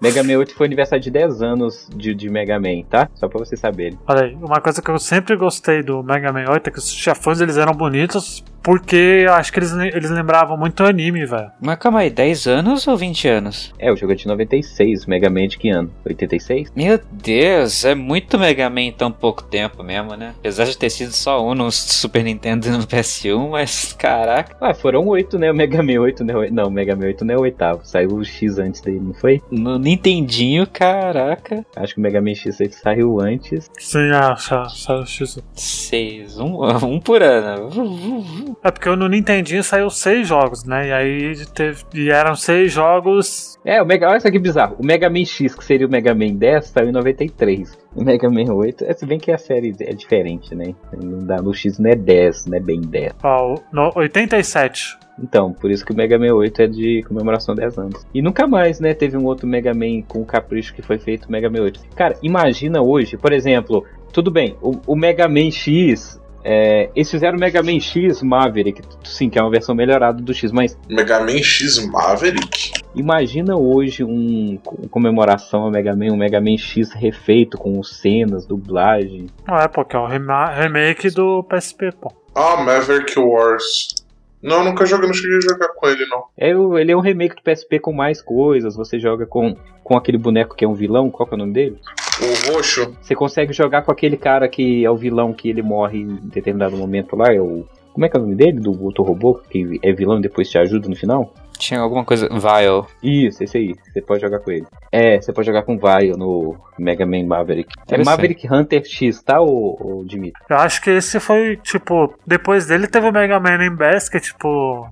Speaker 2: Mega Man 8 foi aniversário de 10 anos de, de Mega Man, tá? Só pra vocês saberem.
Speaker 1: Olha aí, uma coisa que eu sempre gostei do Mega Man 8 é que os chefões eles eram bonitos, porque eu acho que eles, lem- eles lembravam muito anime, velho.
Speaker 3: Mas calma aí, 10 anos ou 20 anos?
Speaker 2: É, o jogo é de 96, Mega Man é de que ano? 86?
Speaker 3: Meu Deus, Mas é muito Mega Man em tão pouco tempo mesmo, né? Apesar de ter sido só um no Super Nintendo e no PS1, mas caraca.
Speaker 2: Ah, foram oito, né? O Mega Man 8 não é o... Não, o Mega Man 8 não é o oitavo. Saiu o X antes dele, não foi?
Speaker 3: No Nintendinho, caraca.
Speaker 2: Acho que o Mega Man X8 saiu antes.
Speaker 1: Sim, ah, sa- saiu o X1.
Speaker 3: Seis, um, um por ano. Vu, vu, vu.
Speaker 1: É porque no Nintendinho saiu seis jogos, né? E aí teve. E eram seis jogos.
Speaker 2: É, o Mega... olha isso aqui bizarro. O Mega Man X, que seria o Mega Man 10, saiu em 93. O Mega Man 8... É, se bem que a série é diferente, né? Não dá... No X não é 10, não é bem 10.
Speaker 1: Ó, o- no 87.
Speaker 2: Então, por isso que o Mega Man 8 é de comemoração 10 anos. E nunca mais, né, teve um outro Mega Man com o capricho que foi feito o Mega Man 8. Cara, imagina hoje, por exemplo, tudo bem, o, o Mega Man X. é, eles fizeram o Mega Man X Maverick, sim, que é uma versão melhorada do X, mas
Speaker 4: Mega Man X Maverick.
Speaker 2: imagina hoje um com comemoração ao Mega Man, um Mega Man X refeito com cenas, dublagem.
Speaker 1: Não é, porque é o rema- remake do PSP, pô.
Speaker 4: Ah, Maverick Wars. Não, nunca joguei, não cheguei a jogar com ele, não.
Speaker 2: É, o- ele é um remake do PSP com mais coisas, você joga com, com aquele boneco que é um vilão, qual que é o nome dele?
Speaker 4: O roxo.
Speaker 2: Você consegue jogar com aquele cara que é o vilão que ele morre em determinado momento lá, é o. Como é que é o nome dele? Do outro robô, que é vilão e depois te ajuda no final?
Speaker 3: Tinha alguma coisa. Vile.
Speaker 2: Isso, esse aí. Você pode jogar com ele. É, você pode jogar com o Vile no Mega Man Maverick. É
Speaker 3: Interessante.
Speaker 2: Maverick Hunter X, tá, ô, ô Dimitri?
Speaker 1: Eu acho que esse foi, tipo, depois dele teve o Mega Man em Basket, tipo.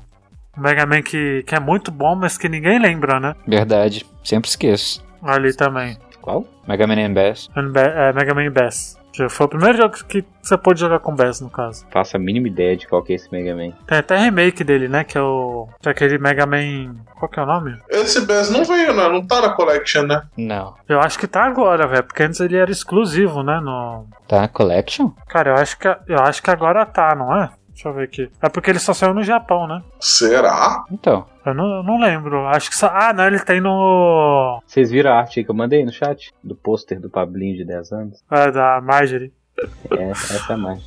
Speaker 1: O Mega Man que, que é muito bom, mas que ninguém lembra, né?
Speaker 3: Verdade. Sempre esqueço.
Speaker 1: Ali também.
Speaker 2: Qual?
Speaker 3: Mega Man and Bass.
Speaker 1: Em Ba- é, Mega Man em Bass. Que foi o primeiro jogo que você pôde jogar com Bass, no caso.
Speaker 2: Faço a mínima ideia de qual que é esse Mega Man.
Speaker 1: Tem até remake dele, né? Que é o. Que é aquele Mega Man. Qual que é o nome?
Speaker 4: Esse BES não veio, né? Não tá na Collection, né?
Speaker 3: Não.
Speaker 1: Eu acho que tá agora, velho. Porque antes ele era exclusivo, né? No...
Speaker 3: Tá, Collection?
Speaker 1: Cara, eu acho, que, eu acho que agora tá, não é? Deixa eu ver aqui. É porque ele só saiu no Japão, né?
Speaker 4: Será?
Speaker 3: Então.
Speaker 1: Eu não, eu não lembro. Acho que só. Ah, não, ele tem no.
Speaker 2: Vocês viram a arte aí que eu mandei no chat? Do pôster do Pablinho de 10 anos?
Speaker 1: É, da Marjorie.
Speaker 2: É, essa é a mais.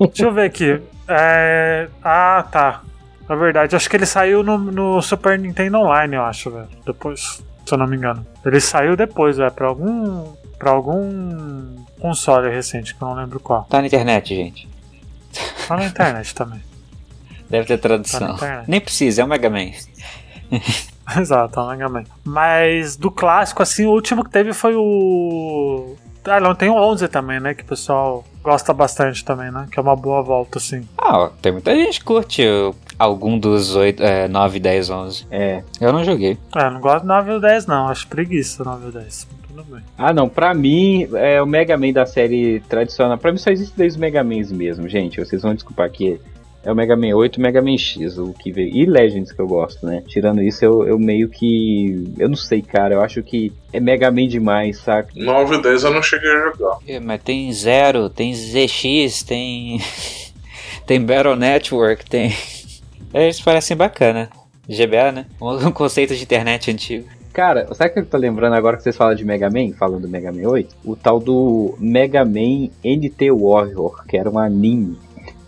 Speaker 1: Deixa eu ver aqui. É... Ah, tá. Na verdade, acho que ele saiu no, no Super Nintendo Online, eu acho, velho. Depois, se eu não me engano. Ele saiu depois, velho, pra algum. pra algum console recente, que eu não lembro qual.
Speaker 3: Tá na internet, gente.
Speaker 1: Tá na internet também.
Speaker 3: Deve ter
Speaker 1: Tá na
Speaker 3: tradução.
Speaker 1: internet.
Speaker 3: Nem precisa, é o Mega Man.
Speaker 1: Exato, tá no Mega Man. Mas do clássico, assim, o último que teve foi o. Ah, não, tem o 11 também, né? Que o pessoal gosta bastante também, né? Que é uma boa volta, assim.
Speaker 3: Ah, ó, tem muita gente que curte o- algum dos 8, é, 9, 10, 11.
Speaker 2: É,
Speaker 3: Eu não joguei.
Speaker 1: É, eu não gosto do 9 ou 10, não. Acho preguiça 9 ou 10. Tudo bem.
Speaker 2: Ah, não, pra mim, é o Mega Man da série tradicional. Pra mim só existe dois Mega Mans mesmo, gente. Vocês vão desculpar que é o Mega Man 8 e o Mega Man X, o que veio. E Legends que eu gosto, né? Tirando isso, eu, eu meio que. Eu não sei, cara. Eu acho que é Mega Man demais, saca?
Speaker 4: 9 e 10 eu não cheguei a jogar.
Speaker 3: É, Mas tem Zero, tem ZX, tem. tem Battle Network, tem. Eles parecem bacana. GBA, né? Um um conceito de internet antigo.
Speaker 2: Cara, sabe o que eu tô lembrando agora que vocês falam de Mega Man, falando do Mega Man 8? O tal do Mega Man NT Warrior, que era um anime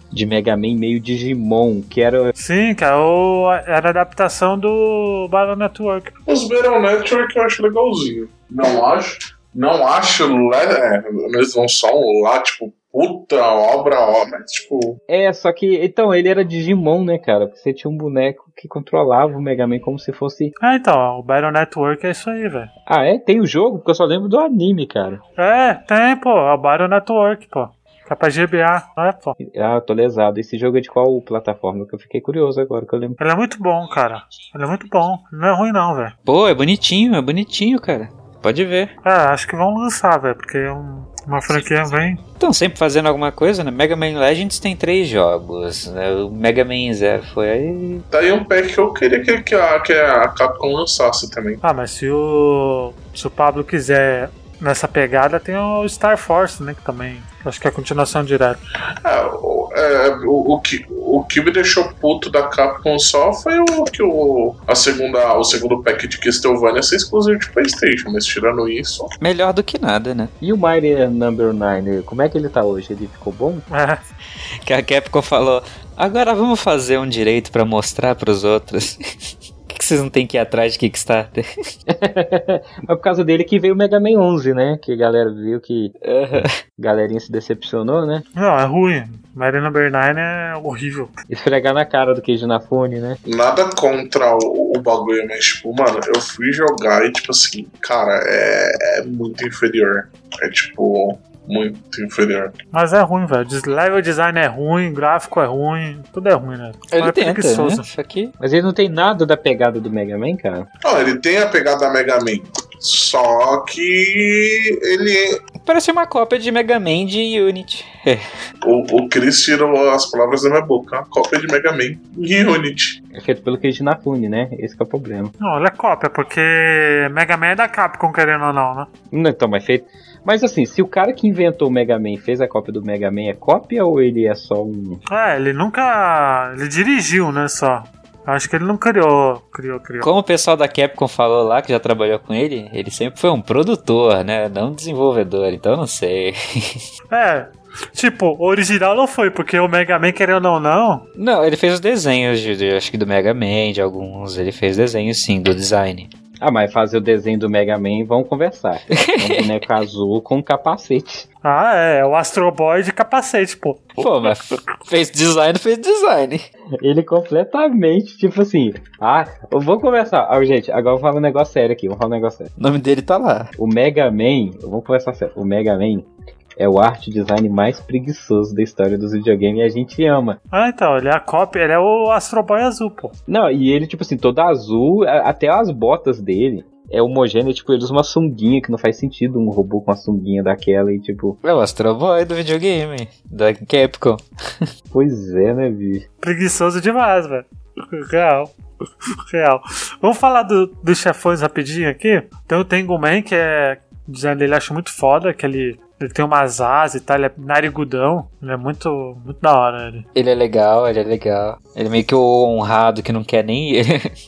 Speaker 2: de Mega Man meio Digimon, que era
Speaker 1: Sim, cara, o, era a adaptação do Battle Network.
Speaker 4: Os Battle Network eu acho legalzinho. Não acho. Não acho. le- É, eles não são lá, tipo, puta obra, ó, mas, tipo.
Speaker 2: É, só que. Então, ele era Digimon, né, cara? Porque você tinha um boneco que controlava o Mega Man como se fosse.
Speaker 1: Ah, então, o Battle Network é isso aí, velho.
Speaker 2: Ah, é? Tem o jogo? Porque eu só lembro do anime, cara.
Speaker 1: É, tem, pô, é o Battle Network, pô. Fica pra GBA, não é, pô?
Speaker 2: Ah, eu tô lesado. Esse jogo é de qual plataforma? Que eu fiquei curioso agora, que eu lembro.
Speaker 1: Ele é muito bom, cara. Ele é muito bom. Não é ruim, não, velho.
Speaker 3: Pô, é bonitinho, é bonitinho, cara. Pode ver.
Speaker 1: É, acho que vão lançar, velho, porque é um- uma franquia bem.
Speaker 3: Estão sempre fazendo alguma coisa, né? Mega Man Legends tem três jogos. né? O Mega Man Zero foi aí.
Speaker 4: Tá aí um pack que eu queria que, que, a, que a Capcom lançasse também.
Speaker 1: Ah, mas se o. Se o Pablo quiser nessa pegada, tem o Star Force, né? Que também. Acho que é a continuação direta.
Speaker 4: É, o, é, o, o que, o que me deixou puto da Capcom só foi o que o, a segunda, o segundo pack de Castlevania ser exclusivo de PlayStation, mas tirando isso.
Speaker 3: Melhor do que nada, né?
Speaker 2: E o Mighty Number 9, como é que ele tá hoje? Ele ficou bom?
Speaker 1: É.
Speaker 3: Que a Capcom falou: agora vamos fazer um direito pra mostrar pros outros. O que, que que vocês não têm que ir atrás de Kickstarter?
Speaker 2: Mas por causa dele que veio o Mega Man 11, né? Que a galera viu que a galerinha se decepcionou, né?
Speaker 1: Não, é ruim. Mary Number 9 é horrível.
Speaker 2: Esfregar na cara do queijo na fone, né?
Speaker 4: Nada contra o, o bagulho, mas, tipo, mano, eu fui jogar e, tipo assim, cara, é, é muito inferior. É, tipo, muito inferior.
Speaker 1: Mas é ruim, velho. Des- Level design é ruim, gráfico é ruim, tudo é ruim, né? Mas
Speaker 3: Ele
Speaker 1: é
Speaker 3: tenta,
Speaker 1: preguiçoso.
Speaker 3: né? Só que...
Speaker 2: Mas ele não tem nada da pegada do Mega Man, cara.
Speaker 4: Não, ele tem a pegada Mega Man. Só que ele.
Speaker 3: Parece uma cópia de Mega Man de Unity.
Speaker 4: O, o Chris tirou as palavras da minha boca. Uma cópia de Mega Man em Unity.
Speaker 2: É feito pelo Keiji Nafune, né? Esse que é o problema.
Speaker 1: Não, ele é cópia, porque Mega Man é da Capcom, querendo ou não, né?
Speaker 2: Não, então, mas feito. Mas assim, se o cara que inventou o Mega Man e fez a cópia do Mega Man, é cópia ou ele é só um.
Speaker 1: É, ele nunca. Ele dirigiu, né? Só. Acho que ele não criou, criou, criou.
Speaker 3: Como o pessoal da Capcom falou lá, que já trabalhou com ele, ele sempre foi um produtor, né? Não um desenvolvedor, então não sei.
Speaker 1: É, tipo, o original não foi, porque o Mega Man, querendo ou não,
Speaker 3: Não, ele fez os desenhos, de, de- acho que do Mega Man, de alguns. Ele fez desenhos, sim, do design.
Speaker 2: Ah, mas fazer o desenho do Mega Man e vão conversar. É um boneco azul com um capacete.
Speaker 1: Ah, é, é o Astro Boy de capacete, pô.
Speaker 3: Pô, mas fez design, fez design.
Speaker 2: Ele completamente, tipo assim. Ah, eu vou conversar. Ah, gente, agora eu vou falar um negócio sério aqui. Vou falar um negócio sério.
Speaker 3: O nome dele tá lá.
Speaker 2: O Mega Man, eu vou conversar sério. O Mega Man é o arte design mais preguiçoso da história dos videogames e a gente ama.
Speaker 1: Ah, então, ele é a cópia, ele é o Astro Boy azul, pô.
Speaker 2: Não, e ele, tipo assim, todo azul, a- até as botas dele é homogêneo, tipo, ele usa uma sunguinha que não faz sentido um robô com uma sunguinha daquela e, tipo,
Speaker 3: É o Astro Boy do videogame, da Capcom.
Speaker 2: pois é, né, bicho?
Speaker 1: Preguiçoso demais, velho. Real. Real. Vamos falar do- dos chefões rapidinho aqui? Tem o Tengu Man, que é. O design dele eu acho muito foda, que ele, ele tem umas asas e tal, ele é narigudão. Ele é muito, muito da hora, ele.
Speaker 3: Ele é legal, ele é legal. Ele é meio que o honrado que não quer nem.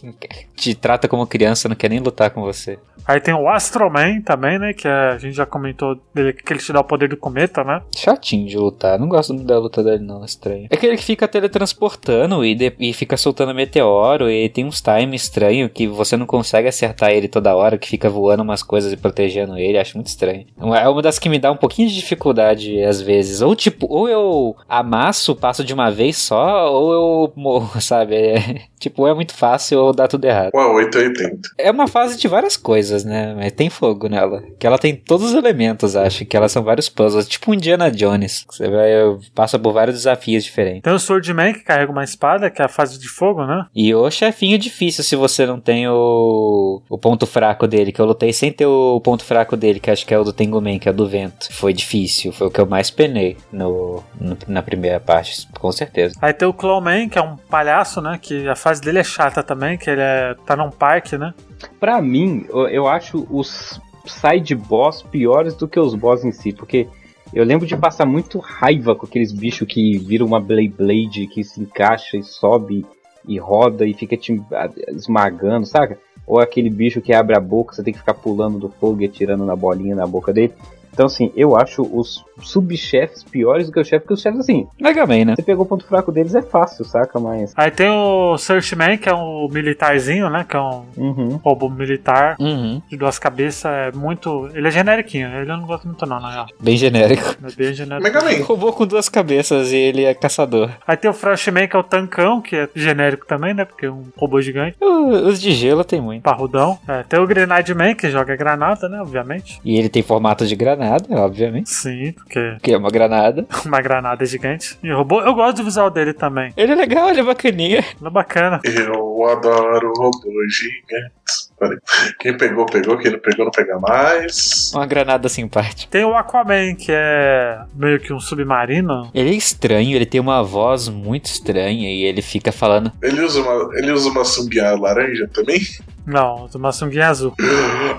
Speaker 3: te trata como criança, não quer nem lutar com você.
Speaker 1: Aí tem o Astro Man também, né? Que é- a gente já comentou dele que ele te dá o poder do cometa, né?
Speaker 3: Chatinho de lutar, não gosto da luta dele, não, é estranho. É aquele que fica teletransportando e, de- e fica soltando meteoro e tem uns times estranhos que você não consegue acertar ele toda hora, que fica voando umas coisas e protegendo ele, acho muito estranho. Uma- É uma das que me dá um pouquinho de dificuldade às vezes. Ou tipo, ou eu amasso, passo de uma vez só, ou eu morro, sabe? É, tipo, ou é muito fácil ou dá tudo errado.
Speaker 4: Ué, 880.
Speaker 3: É uma fase de várias coisas, né? Mas tem fogo nela. Que ela tem todos os elementos, acho. Que elas são vários puzzles. Tipo um Indiana Jones. que Você vai, passa por vários desafios diferentes.
Speaker 1: Tem o Swordman, que carrega uma espada, que é a fase de fogo, né?
Speaker 3: E o chefinho é difícil se você não tem o, o ponto fraco dele. Que eu lutei sem ter o ponto fraco dele, que acho que é o do Tengu Man, que é o do vento. Foi difícil. Foi o que eu mais penei no, no- na primeira parte, com certeza.
Speaker 1: Aí tem o Clawman, que é um palhaço, né? Que a fase dele é chata também, que ele é, tá num parque, né?
Speaker 2: Pra mim, eu, eu acho os side boss piores do que os boss em si, porque eu lembro de passar muito raiva com aqueles bichos que viram uma Blade Blade que se encaixa e sobe e roda e fica te a- esmagando, saca? Ou aquele bicho que abre a boca, você tem que ficar pulando do fogo e atirando na bolinha na boca dele. Então, assim, eu acho os subchefes piores do que o chefe, porque os chefes, assim,
Speaker 3: Mega Man, né?
Speaker 2: você pegou o ponto fraco deles, é fácil, saca? Mas.
Speaker 1: Aí tem o Searchman, que é um militarzinho, né? Que é um
Speaker 2: Uhum.
Speaker 1: robô militar
Speaker 3: Uhum.
Speaker 1: de duas cabeças. É muito. Ele é generiquinho, ele eu não gosto muito, não, na real.
Speaker 3: Bem genérico.
Speaker 1: Ele é bem genérico.
Speaker 4: Mega Man.
Speaker 3: Robô com duas cabeças e ele é caçador.
Speaker 1: Aí tem o Frostman, que é o tancão, que é genérico também, né? Porque é um robô gigante,
Speaker 3: O- Os de gelo tem muito.
Speaker 1: parrudão. É, tem o Grenade Man, que joga granada, né? Obviamente.
Speaker 3: E ele tem formato de granada, obviamente.
Speaker 1: Sim, porque
Speaker 3: Que é uma granada.
Speaker 1: uma granada é gigante. E o robô, eu gosto do visual dele também.
Speaker 3: Ele é legal, ele é bacaninha.
Speaker 1: Ele é bacana.
Speaker 4: Eu adoro robô gigantes. Peraí. Quem pegou, pegou. Quem não pegou, não pega mais.
Speaker 3: Uma granada assim, simpática.
Speaker 1: Tem o Aquaman, que é meio que um submarino.
Speaker 3: Ele é estranho, ele tem uma voz muito estranha e ele fica falando.
Speaker 4: Ele usa uma, ele usa uma sunguinha laranja também?
Speaker 1: Não, uma sunguinha azul.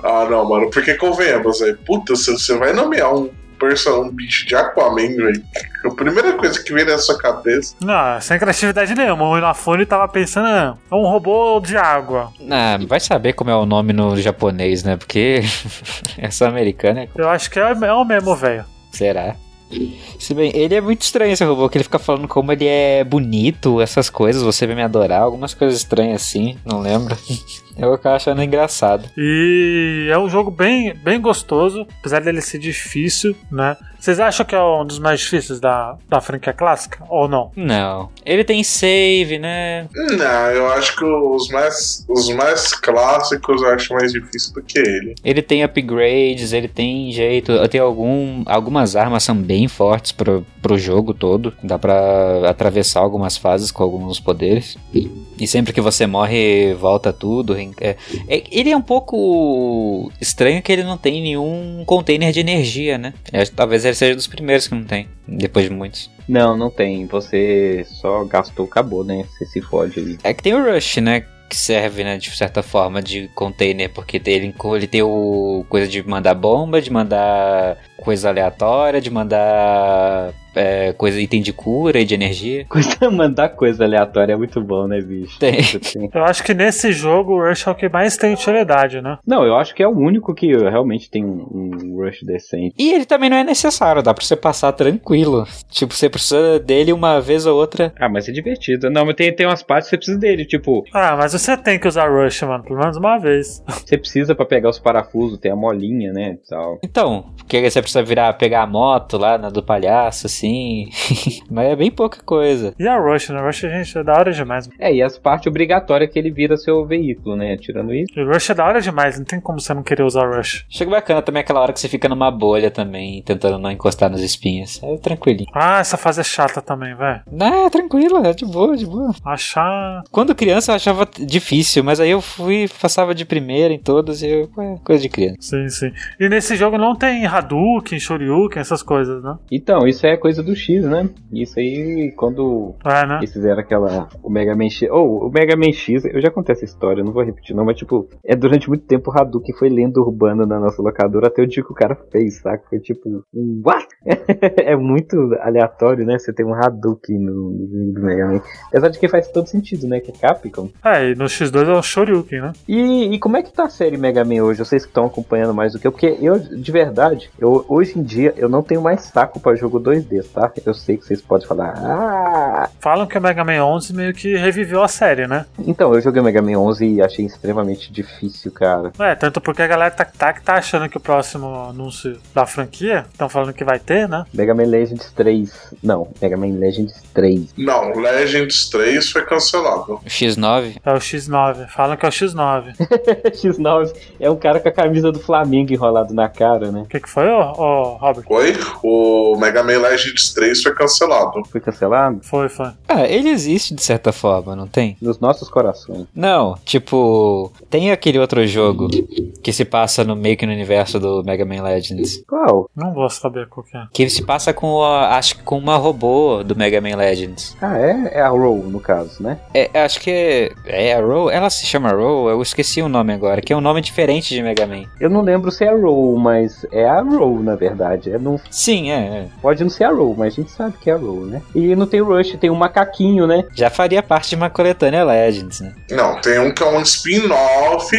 Speaker 4: Ah, não, mano. Porque convenhamos, velho. Puta, você, você vai nomear um, person, um bicho de Aquaman, velho. A primeira coisa que vem na sua cabeça.
Speaker 1: Não, sem criatividade nenhuma. O Inafone tava pensando, ah, é um robô de água.
Speaker 3: Ah, vai saber como é o nome no japonês, né? Porque essa americana,
Speaker 1: Eu acho que é, é o é mesmo, velho.
Speaker 3: será? Se bem, ele é muito estranho esse robô, que ele fica falando como ele é bonito, essas coisas, você vai me adorar, algumas coisas estranhas assim, não lembro. É Eu acabo achando engraçado.
Speaker 1: E é um jogo bem, bem gostoso, apesar dele ser difícil, né? Vocês acham que é um dos mais difíceis da, da franquia clássica ou não?
Speaker 3: Não. Ele tem save, né?
Speaker 4: Não, "Hum, ah, eu acho que os mais, os mais clássicos eu acho mais difícil do que ele.
Speaker 3: Ele tem upgrades, ele tem jeito. Tem algum, algumas armas são bem fortes pro, pro jogo todo. Dá pra atravessar algumas fases com alguns poderes. E sempre que você morre, volta tudo. ren- é- é- ele é um pouco estranho que ele não tem nenhum container de energia, né? Eu acho que talvez ele seja dos primeiros que não tem, depois de muitos.
Speaker 2: Não, não tem. Você só gastou, acabou, né? Você se fode aí.
Speaker 3: É que tem o Rush, né? Que serve, né, de certa forma, de container, porque tem- ele, enco- ele tem o coisa de mandar bomba, de mandar coisa aleatória, de mandar é, coisa item de cura e de energia.
Speaker 2: Coisa, mandar coisa aleatória é muito bom, né, bicho?
Speaker 3: Tem.
Speaker 2: Você tem.
Speaker 1: Eu acho que nesse jogo o Rush é o que mais tem utilidade, né?
Speaker 2: Não, eu acho que é o único que realmente tem um, um rush decente.
Speaker 3: E ele também não é necessário, dá pra você passar tranquilo. Tipo, você precisa dele uma vez ou outra.
Speaker 2: Ah, mas é divertido. Não, mas tem, tem umas partes que você precisa dele. Tipo,
Speaker 1: Ah, mas você tem que usar Rush, mano, pelo menos uma vez.
Speaker 2: você precisa pra pegar os parafusos, tem a molinha, né? e Tal.
Speaker 3: Então, porque aí você precisa virar, pegar a moto lá na do palhaço, assim. Mas é bem pouca coisa.
Speaker 1: E a Rush, né? Rush, gente, é da hora demais.
Speaker 2: É, e as partes obrigatórias que ele vira seu veículo, né? Tirando isso.
Speaker 1: E Rush é da hora demais, não tem como você não querer usar Rush.
Speaker 3: Chega bacana também aquela hora que você fica numa bolha também, tentando não encostar nas espinhas. É tranquilinho.
Speaker 1: Ah, essa fase é chata também, velho.
Speaker 3: Não, é tranquilo, é de boa, de boa.
Speaker 1: Achar.
Speaker 3: Quando criança eu achava difícil, mas aí eu fui, passava de primeira em todas e eu, ué, coisa de criança.
Speaker 1: Sim, sim. E nesse jogo não tem Hadouken, Shoryuken, essas coisas, né?
Speaker 2: Então, isso é coisa do X, né? Isso aí, quando
Speaker 1: É, né?
Speaker 2: Eles fizeram aquela. O Mega Man X. Ou, o Mega Man X, eu já contei essa história, eu não vou repetir, não, mas tipo, é durante muito tempo o Hadouken foi lenda urbana na nossa locadora até o dia que o cara fez, saca? Foi tipo, what? é muito aleatório, né? Você tem um Hadouken no, no jogo do Mega Man. Apesar de que faz todo sentido, né? Que é Capcom.
Speaker 1: É, e no X2 é o Shoryuken, né?
Speaker 2: E, e como é que tá a série Mega Man hoje? Vocês que estão acompanhando mais do que eu, porque eu, de verdade, eu, hoje em dia eu não tenho mais saco pra jogo 2D, tá? Eu sei que vocês podem falar, ah,
Speaker 1: Falam que o Mega Man 11 meio que reviveu a série, né?
Speaker 2: Então, eu joguei o Mega Man 11 e achei extremamente difícil, cara.
Speaker 1: É, tanto porque a galera Tac Tac tá achando que o próximo anúncio da franquia, estão falando que vai ter, né?
Speaker 2: Mega Man Legends 3. Não, Mega Man Legends 3.
Speaker 4: Não, Legends 3 foi cancelado.
Speaker 3: O X9,
Speaker 1: É o X9. Falam que é o X9.
Speaker 2: X9 é um cara com a camisa do Flamengo enrolado na cara, né?
Speaker 1: O que, que foi, ô, ô, Robert?
Speaker 4: Foi? O Mega Man Legends 3 foi cancelado.
Speaker 2: Foi cancelado?
Speaker 1: Foi, foi.
Speaker 3: ah, ele existe de certa forma, não tem?
Speaker 2: Nos nossos corações.
Speaker 3: Não, tipo, tem aquele outro jogo que se passa no meio que no universo do Mega Man Legends.
Speaker 2: Qual?
Speaker 1: Não vou saber qual que é.
Speaker 3: Que se passa com a, acho que com uma robô do Mega Man Legends.
Speaker 2: Ah, é, é a Roll, no caso, né?
Speaker 3: É, acho que é, é a Row, ela se chama Row, eu esqueci o nome agora, que é um nome diferente de Mega Man.
Speaker 2: Eu não lembro se é a Roll, mas é a Roll, na verdade. É, não,
Speaker 3: Sim, é, é.
Speaker 2: pode não ser a Roll, mas a gente sabe que é a Roll, né? E não tem o Rush, tem o macaquinho, né?
Speaker 3: Já faria parte de uma coletânea Legends, né?
Speaker 4: Não, tem um que é um spin-off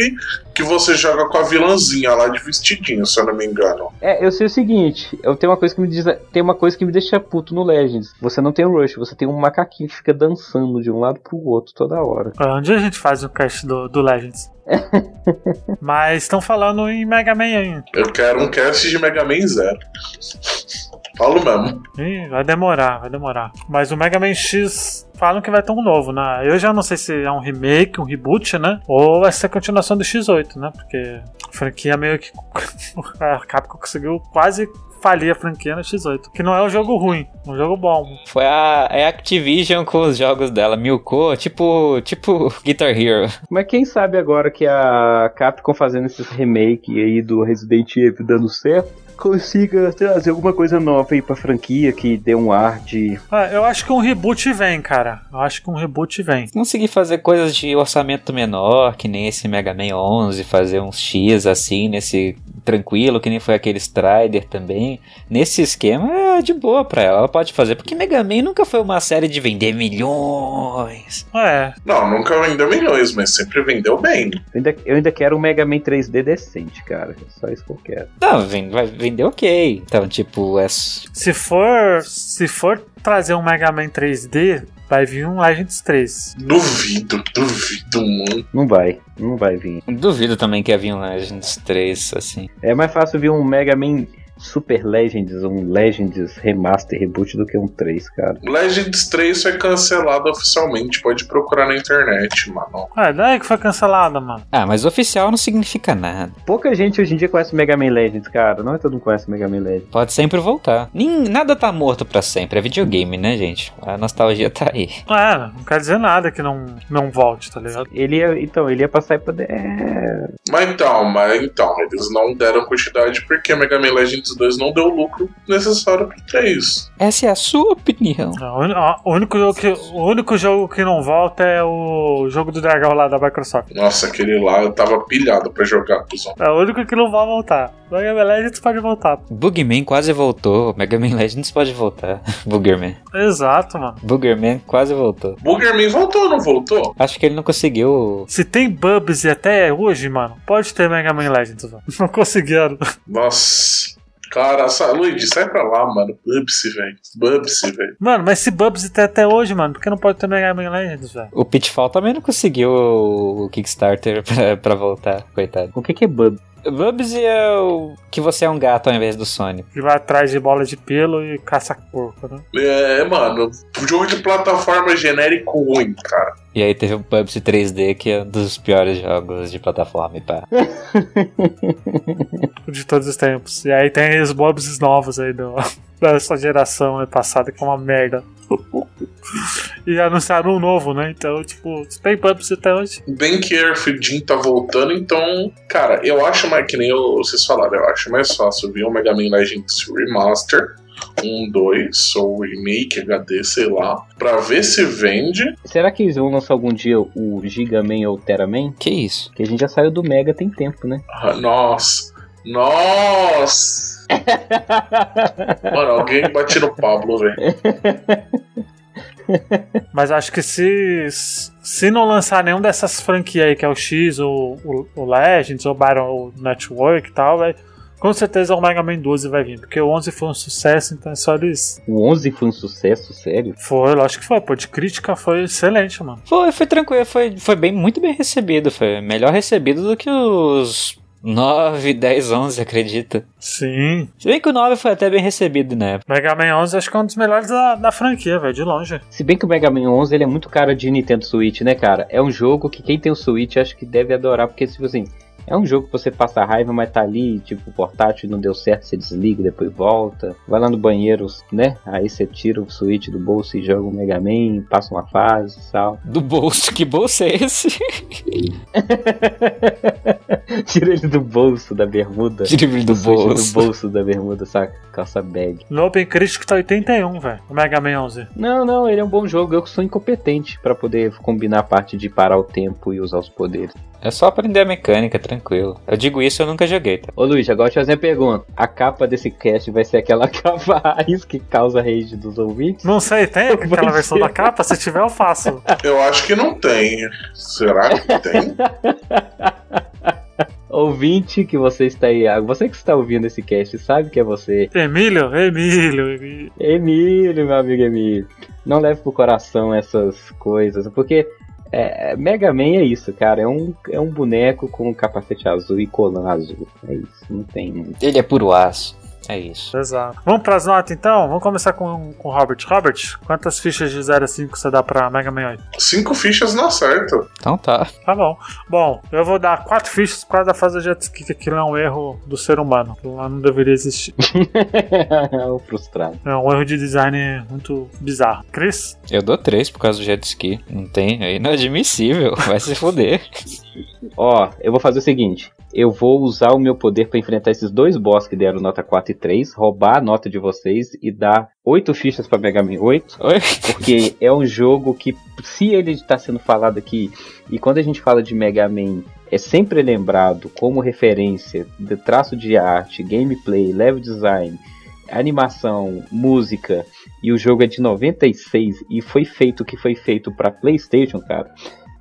Speaker 4: que você joga com a vilãzinha lá de vestidinho, se eu não me engano.
Speaker 2: É, eu sei o seguinte, eu tenho uma coisa que me diz, tem uma coisa que me deixa puto no Legends. Você não tem o Rush, você tem um macaquinho que fica dançando de um lado pro outro toda hora.
Speaker 1: Ah, Um dia a gente faz um cast do, do Legends. Mas estão falando em Mega Man ainda.
Speaker 4: Eu quero um cast de Mega Man Zero. Falo mesmo.
Speaker 1: Ih, vai demorar, vai demorar. Mas o Mega Man X falam que vai ter um novo, né? Eu já não sei se é um remake, um reboot, né? Ou vai ser a continuação do X8, né? Porque a franquia meio que. a Capcom conseguiu quase falir a franquia no X8. Que não é um jogo ruim, é um jogo bom.
Speaker 3: Foi a, é a Activision com os jogos dela, milcou, tipo, tipo Guitar Hero.
Speaker 2: Mas quem sabe agora que a Capcom fazendo esses remake aí do Resident Evil dando certo, consiga trazer alguma coisa nova aí pra franquia que dê um ar de...
Speaker 1: Ah, eu acho que um reboot vem, cara. Eu acho que um reboot vem.
Speaker 3: Consegui fazer coisas de orçamento menor, que nem esse Mega Man 11, fazer uns X assim, nesse tranquilo, que nem foi aquele Strider também. Nesse esquema, tá de boa pra ela, ela pode fazer. Porque Mega Man nunca foi uma série de vender milhões.
Speaker 1: É,
Speaker 4: Não, nunca vendeu milhões, mas sempre vendeu bem.
Speaker 2: Eu ainda, eu ainda quero um Mega Man 3D decente, cara. É só isso que eu quero.
Speaker 3: Não, vende, vai vender ok. Então, tipo, é. s-
Speaker 1: se for, se for trazer um Mega Man 3D, vai vir um Legends 3.
Speaker 4: Duvido, duvido muito.
Speaker 2: Não vai, não vai vir.
Speaker 3: Duvido também que ia vir um Legends 3, assim.
Speaker 2: É mais fácil vir um Mega Man Super Legends, um Legends Remaster Reboot do que um 3, cara.
Speaker 4: Legends 3 foi cancelado oficialmente, pode procurar na internet, mano.
Speaker 1: Ah, daí que foi cancelada, mano.
Speaker 3: Ah, mas oficial não significa nada.
Speaker 2: Pouca gente hoje em dia conhece Mega Man Legends, cara. Não é todo mundo conhece Mega Man Legends.
Speaker 3: Pode sempre voltar. Nem, nada tá morto pra sempre. É videogame, né, gente? A nostalgia tá aí.
Speaker 1: É, não quer dizer nada que não, não volte, tá ligado?
Speaker 2: Ele ia, então, ele ia passar e poder. É...
Speaker 4: Mas então, mas então, eles não deram quantidade porque Mega Man Legends 2 não deu o lucro necessário pro 3.
Speaker 3: Essa é a sua opinião.
Speaker 1: É, O, uni- ó, o único jogo que, o único jogo que não volta é o jogo do dragão lá da Microsoft.
Speaker 4: Nossa, aquele lá eu tava pilhado pra jogar, cuzão.
Speaker 1: É o único que não vai voltar. Mega Man Legends pode voltar.
Speaker 3: Bugman quase voltou. Mega Man Legends pode voltar. Boogerman.
Speaker 1: Exato, mano.
Speaker 3: Boogerman quase voltou.
Speaker 4: Boogerman voltou, não voltou?
Speaker 3: Acho que ele não conseguiu.
Speaker 1: Se tem Bubsy até é hoje, mano, pode ter Mega Man Legends, mano. Não conseguiram.
Speaker 4: Nossa. Cara, sa... Luigi, sai pra lá, mano. Bubsy, velho. Bubsy, velho.
Speaker 1: Mano, mas se Bubsy tem até é hoje, mano, por que não pode ter Mega Man Legends, velho?
Speaker 3: O Pitfall também não conseguiu o Kickstarter pra, pra voltar, coitado.
Speaker 2: O que, que é bug?
Speaker 3: Bubsy é o que você é um gato ao invés do Sonic.
Speaker 1: Que vai atrás de bola de pelo e caça porco, né?
Speaker 4: É, mano. Jogo de plataforma genérico ruim, cara.
Speaker 3: E aí teve o Bubsy 3D, que é um dos piores jogos de plataforma, e pá.
Speaker 1: De todos os tempos. E aí tem os Bubsys novos aí do, dessa geração né, passada, que é uma merda. e anunciaram um novo, né? Então, tipo, se tem Bubsy até hoje.
Speaker 4: Bem que Earth Jean tá voltando, então, cara, eu acho mais que nem eu- vocês falaram, eu acho mais fácil vir um Mega Man Legends Remaster, um 2, ou remake HD, sei lá, pra ver se vende.
Speaker 2: Será que eles vão lançar algum dia o Giga Man ou o Tera Man?
Speaker 3: Que isso?
Speaker 2: Que a gente já saiu do Mega tem tempo, né?
Speaker 4: Ah, Nossa, nossa! Mano, alguém bate no Pablo, velho.
Speaker 1: Mas acho que se. Se não lançar nenhum dessas franquias aí, que é o X, ou o, o Legends, ou Byron, ou Network e tal, vai. Com certeza o Mega Man 12 vai vir, porque o 11 foi um sucesso, então é só eles.
Speaker 2: O 11 foi um sucesso, sério.
Speaker 1: Foi, lógico que foi, pô, de crítica foi excelente, mano.
Speaker 3: Foi, foi tranquilo, foi, foi bem, muito bem recebido. Foi melhor recebido do que os 9, 10, 11, acredita.
Speaker 1: Sim,
Speaker 3: Se bem que o 9 foi até bem recebido né? na época.
Speaker 1: Mega Man 11 acho que é um dos melhores da, da franquia, velho, de longe.
Speaker 2: Se bem que o Mega Man 11 ele é muito cara de Nintendo Switch, né, cara? É um jogo que quem tem o Switch acho que deve adorar, porque, tipo assim, é um jogo que você passa raiva, mas tá ali, tipo, portátil, não deu certo, você desliga, depois volta. Vai lá no banheiro, né? Aí você tira o Switch do bolso e joga o Mega Man, passa uma fase e tal.
Speaker 3: Do bolso, que bolso é esse?
Speaker 2: tira ele do bolso da bermuda.
Speaker 3: Drible do
Speaker 2: Switch do
Speaker 3: bolso.
Speaker 2: bolso da bermuda, saca? Calça bag.
Speaker 1: No Open Critic tá 81, velho, o Mega Man 11.
Speaker 2: Não, não, ele é um bom jogo. Eu que sou incompetente pra poder combinar a parte de parar o tempo e usar os poderes.
Speaker 3: É só aprender a mecânica, tranquilo. Eu digo isso, eu nunca joguei, tá?
Speaker 2: Ô Luiz, agora eu te fazer uma pergunta. A capa desse cast vai ser aquela capa raiz que causa rage dos ouvintes?
Speaker 1: Não sei, tem aquela
Speaker 2: Vai
Speaker 1: versão
Speaker 2: ser.
Speaker 1: da capa? Se tiver, eu faço.
Speaker 4: Eu acho que não tem. Será que tem?
Speaker 2: Ouvinte que você está aí, ah, você que está ouvindo esse cast, sabe que é você.
Speaker 1: Emílio? Emílio, Emílio.
Speaker 2: Emílio, meu amigo Emílio. Não leve pro coração essas coisas, porque é, Mega Man é isso, cara. É um, é um boneco com capacete azul e colã azul. É isso, não tem muito.
Speaker 3: Ele é puro aço. É isso.
Speaker 1: Exato. Vamos pras notas então? Vamos começar com, com o Robert. Robert, quantas fichas de 0 a 5 você dá pra Mega Man 8?
Speaker 4: Cinco fichas não acerta.
Speaker 3: Então tá.
Speaker 1: Tá bom. Bom, eu vou dar 4 fichas por causa da fase do jet ski, que aquilo é um erro do ser humano. Aquilo lá não deveria existir.
Speaker 2: o frustrado.
Speaker 1: É um erro de design muito bizarro. Chris?
Speaker 3: Eu dou três por causa do jet ski. Não tem, é inadmissível. Vai se foder.
Speaker 2: Ó, eu vou fazer o seguinte. Eu vou usar o meu poder pra enfrentar esses dois boss que deram nota 4 e 3, roubar a nota de vocês e dar 8 fichas pra Mega Man 8,
Speaker 3: Oi?
Speaker 2: porque é um jogo que, se ele tá sendo falado aqui, e quando a gente fala de Mega Man, é sempre lembrado como referência de traço de arte, gameplay, level design, animação, música e o jogo é de 96 e foi feito o que foi feito para PlayStation, cara.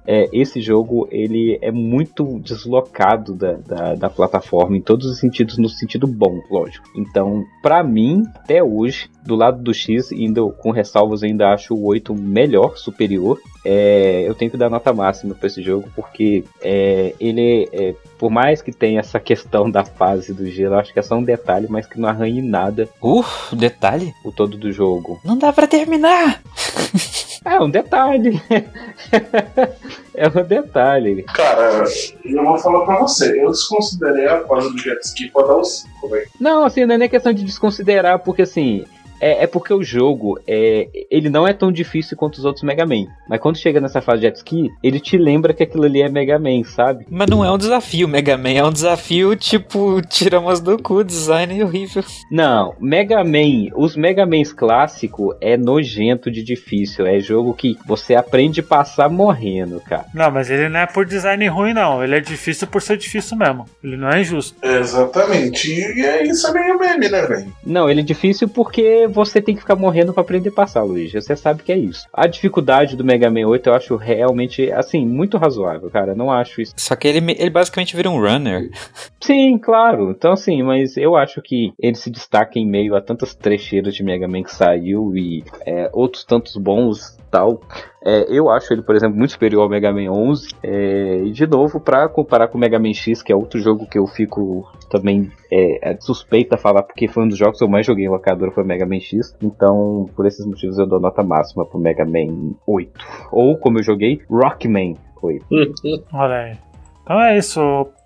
Speaker 2: É, esse jogo ele é muito deslocado da, da, da plataforma em todos os sentidos, no sentido bom, lógico. Então, pra mim, até hoje, do lado do X, ainda com ressalvas, ainda acho o 8 melhor, superior. É, eu tenho que dar nota máxima pra esse jogo, porque é, ele, é, por mais que tenha essa questão da fase do gelo, eu acho que é só um detalhe, mas que não arranha em nada
Speaker 3: Uf, detalhe.
Speaker 2: o todo do jogo.
Speaker 3: Não dá pra terminar.
Speaker 2: É um detalhe! é um detalhe.
Speaker 4: Cara, eu vou falar pra você, eu desconsiderei a fase do jet ski pra dar o 5, velho.
Speaker 2: Não, assim, não é nem questão de desconsiderar, porque assim. É, é porque o jogo, é, ele não é tão difícil quanto os outros Mega Man. Mas quando chega nessa fase de jet ski, ele te lembra que aquilo ali é Mega Man, sabe?
Speaker 3: Mas não é um desafio, Mega Man. É um desafio, tipo, tiramos do cu, design horrível.
Speaker 2: Não, Mega Man, os Mega Mans clássico é nojento de difícil. É jogo que você aprende a passar morrendo, cara.
Speaker 1: Não, mas ele não é por design ruim, não. Ele é difícil por ser difícil mesmo. Ele não é injusto.
Speaker 4: Exatamente. E é isso é meio meme, né, velho?
Speaker 2: Não, ele é difícil porque você tem que ficar morrendo pra aprender a passar, Luiz. Você sabe que é isso. A dificuldade do Mega Man 8 eu acho realmente, assim, muito razoável, cara. Não acho isso.
Speaker 3: Só que ele, me- ele basicamente vira um runner.
Speaker 2: Sim, claro. Então, assim, mas eu acho que ele se destaca em meio a tantas trecheiras de Mega Man que saiu e é, outros tantos bons tal. É, eu acho ele, por exemplo, muito superior ao Mega Man 11. É, e, de novo, pra comparar com o Mega Man X, que é outro jogo que eu fico também é, é suspeito a falar, porque foi um dos jogos que eu mais joguei em locadora, foi o Mega Man X. Então, por esses motivos, eu dou nota máxima pro Mega Man 8. Ou, como eu joguei, Rockman 8.
Speaker 1: Olha aí. Então é isso.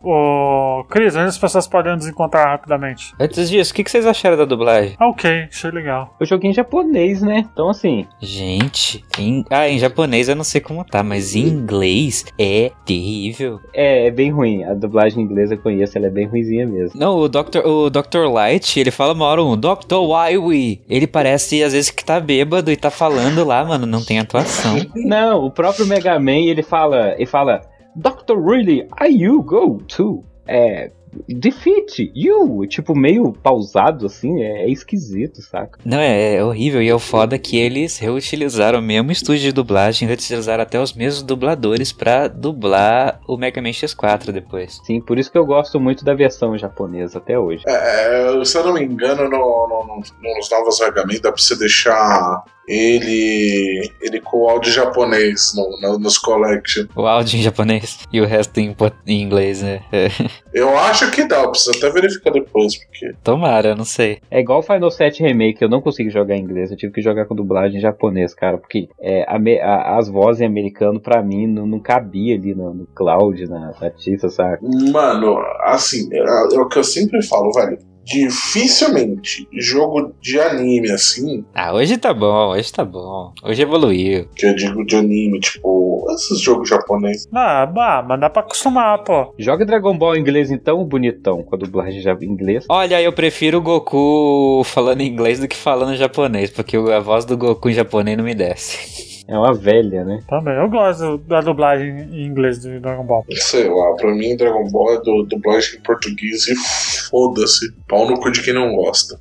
Speaker 1: Ô, Cris, onde as pessoas podem nos encontrar rapidamente?
Speaker 3: Antes disso, o que que vocês acharam da dublagem?
Speaker 1: Ah, Ok, achei legal.
Speaker 2: Eu joguei em japonês, né? Então, assim,
Speaker 3: Gente, em- ah, em japonês eu não sei como tá, mas em inglês é terrível.
Speaker 2: É, é bem ruim. A dublagem inglesa que eu conheço, ela é bem ruimzinha mesmo.
Speaker 3: Não, o Dr. O Dr. Light, ele fala uma hora um Dr. Wiwi. Ele parece às vezes que tá bêbado e tá falando lá, mano, não tem atuação.
Speaker 2: Não, o próprio Mega Man, ele fala, ele fala, Dr. Really, are you go to? É, defeat you, tipo meio pausado assim, é, é esquisito, saca?
Speaker 3: Não, é, é horrível. E é o foda que eles reutilizaram o mesmo estúdio de dublagem, reutilizaram até os mesmos dubladores pra dublar o Mega Man X4 depois.
Speaker 2: Sim, por isso que eu gosto muito da versão japonesa até hoje.
Speaker 4: É, se eu não me engano, no- no- no- nos novos vagamentos dá pra você deixar ele, ele com o áudio japonês no, no- nos collection.
Speaker 3: O áudio em japonês e o resto em, po- em inglês, né? É.
Speaker 4: Eu acho que dá, eu preciso até verificar depois, porque.
Speaker 3: Tomara, eu não sei.
Speaker 2: É igual o Final 7 Remake, eu não consegui jogar em inglês, eu tive que jogar com dublagem em japonês, cara, porque é, a me- a- as vozes em americano pra mim não, não cabia ali no, no Cloud, na, na Tissa, saca?
Speaker 4: Mano, assim, é, é o que eu sempre falo, velho. Dificilmente jogo de anime assim,
Speaker 3: Ah, hoje tá bom, hoje tá bom. Hoje evoluiu.
Speaker 4: que eu digo de anime, tipo, esses jogos japoneses.
Speaker 1: Ah, bah, mas dá pra acostumar, pô.
Speaker 2: Joga Dragon Ball em inglês então, bonitão, com a dublagem já em inglês.
Speaker 3: Olha, eu prefiro o Goku falando inglês do que falando japonês, porque a voz do Goku em japonês não me desce.
Speaker 2: É uma velha, né?
Speaker 1: Também. Eu gosto da dublagem em inglês do Dragon Ball.
Speaker 4: Sei lá, pra mim Dragon Ball é do, dublagem em português e foda-se. Pau no cu de quem não gosta.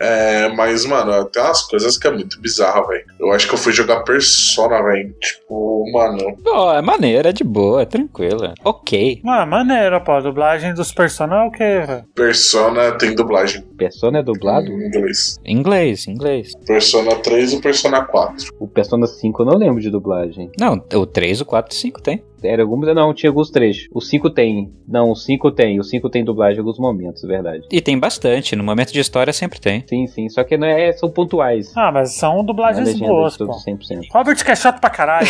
Speaker 4: É, mas, mano, tem umas coisas que é muito bizarra, velho. Eu acho que eu fui jogar Persona, velho. Tipo, mano,
Speaker 3: Ó, é maneira, é de boa, é tranquila. Ok.
Speaker 1: Ah, maneiro, pô. A dublagem dos personagens é o quê, velho?
Speaker 4: Persona tem dublagem
Speaker 2: Persona é dublado?
Speaker 1: Uhum.
Speaker 4: em inglês.
Speaker 3: Inglês, inglês.
Speaker 4: Persona 3 e Persona 4.
Speaker 2: O Persona 5 eu não lembro de dublagem.
Speaker 3: Não, o 3, o 4 e o 5 tem.
Speaker 2: Era alguns. Não, tinha alguns trechos. O 5 tem. Não, o 5 tem. O 5 tem dublagem em alguns momentos, é verdade.
Speaker 3: E tem bastante, no momento de história sempre tem.
Speaker 2: Sim, sim. Só que não é, são pontuais.
Speaker 1: Ah, mas são
Speaker 2: Não é
Speaker 1: dublagens
Speaker 2: legenda
Speaker 1: boas,
Speaker 2: de
Speaker 1: pô.
Speaker 2: tudo 100%.
Speaker 1: Robert que é chato pra caralho.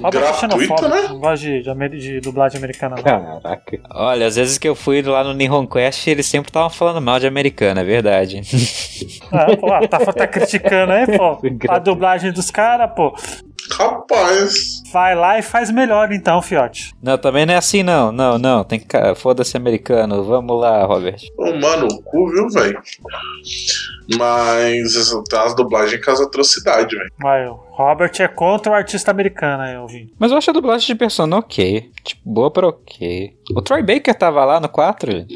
Speaker 1: Robert é
Speaker 4: Gratuito,
Speaker 1: xenofóbico.
Speaker 4: né?
Speaker 1: Não gosto de, de amer- de dublagem americana, não.
Speaker 2: Caraca.
Speaker 3: Olha, às vezes que eu fui lá no Nihon Quest, eles sempre estavam falando mal de americana, é verdade.
Speaker 1: Ah, pô, ah, tá, tá criticando aí, pô. A
Speaker 2: Gratuito.
Speaker 1: dublagem dos caras, pô.
Speaker 4: Rapaz!
Speaker 1: Vai lá e faz melhor então, fiote.
Speaker 3: Não, também não é assim não, não, não, tem que... ca- Foda-se americano, vamos lá, Robert.
Speaker 4: Ô, mano, o cu, viu, velho? Mas essa- tem as dublagens com as atrocidades, velho.
Speaker 1: Vai, o Robert é contra o artista americano aí, eu vi.
Speaker 3: Mas eu acho a dublagem de Persona ok, tipo, boa pra ok. O Troy Baker tava lá no 4,
Speaker 1: É,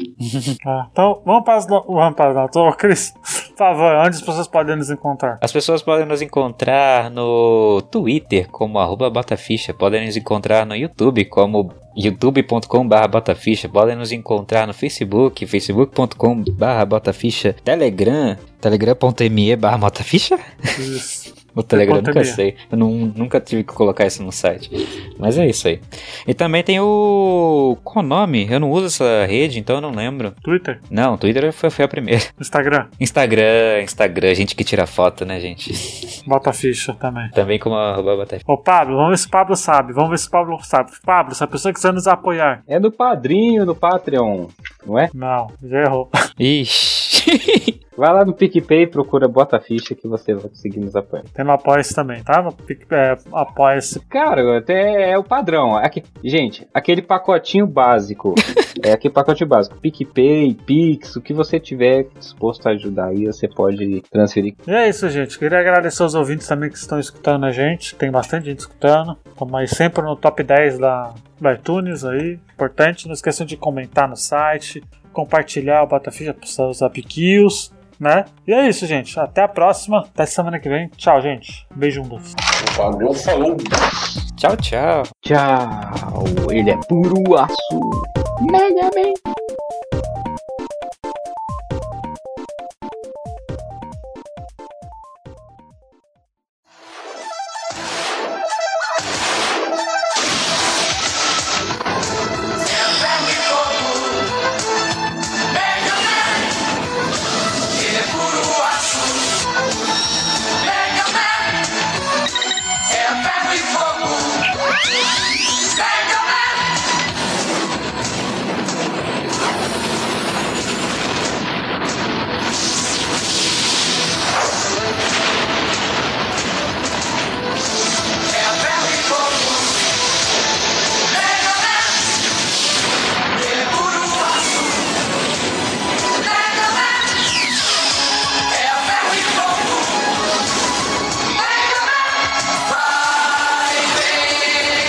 Speaker 1: Ah, então, vamos para as no- vamos para as notas. Ô, Cris, favor, onde as pessoas podem nos encontrar?
Speaker 3: As pessoas podem nos encontrar no Twitter como arroba Botaficha, podem nos encontrar no YouTube como youtube.com.br Botaficha, podem nos encontrar no Facebook, facebook.com.br Botaficha, Telegram, telegram.me barra Botaficha?
Speaker 1: Isso.
Speaker 3: O Telegram eu
Speaker 1: Telegram.
Speaker 3: nunca sei. Eu nu- nunca tive que colocar isso no site. Mas é isso aí. E também tem o. Qual o nome? Eu não uso essa rede, então eu não lembro.
Speaker 1: Twitter,
Speaker 3: Não, Twitter foi, foi a primeira.
Speaker 1: Instagram,
Speaker 3: Instagram, Instagram, gente que tira foto, né, gente?
Speaker 1: bota ficha também.
Speaker 3: Também como arroba Botaficha.
Speaker 1: Ô Pablo, vamos ver se o Pablo sabe. Vamos ver se o Pablo sabe. Pablo, se a pessoa quiser nos apoiar.
Speaker 2: É no padrinho, no Patreon, não é?
Speaker 1: Não, já errou.
Speaker 3: Ixi.
Speaker 2: Vai lá no PicPay, procura Bota Ficha que você vai conseguir nos apoiar.
Speaker 1: Tem no Apoia-se também, tá? No Pic- É, Apoia-se.
Speaker 2: Cara, até é o padrão. Aqui, gente, aquele pacotinho básico. é aquele pacotinho básico. PicPay, Pix, o que você tiver disposto a ajudar aí, você pode transferir.
Speaker 1: E é isso, gente. Queria agradecer aos ouvintes também que estão escutando a gente. Tem bastante gente escutando. Estamos aí sempre no top 10 da da iTunes aí. Importante. Não esqueçam de comentar no site, compartilhar o Botaficha para os seus amiguinhos, né? E é isso, gente. Até a próxima. Até semana que vem. Tchau, gente. Beijo, um doce.
Speaker 4: Valeu, falou.
Speaker 3: Tchau, tchau.
Speaker 2: Tchau, ele é puro aço. Mega Man.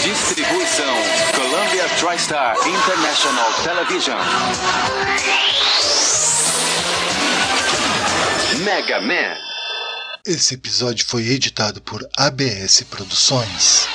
Speaker 7: Distribuição Columbia TriStar International Television. Mega Man.
Speaker 8: Esse episódio foi editado por ABS Produções.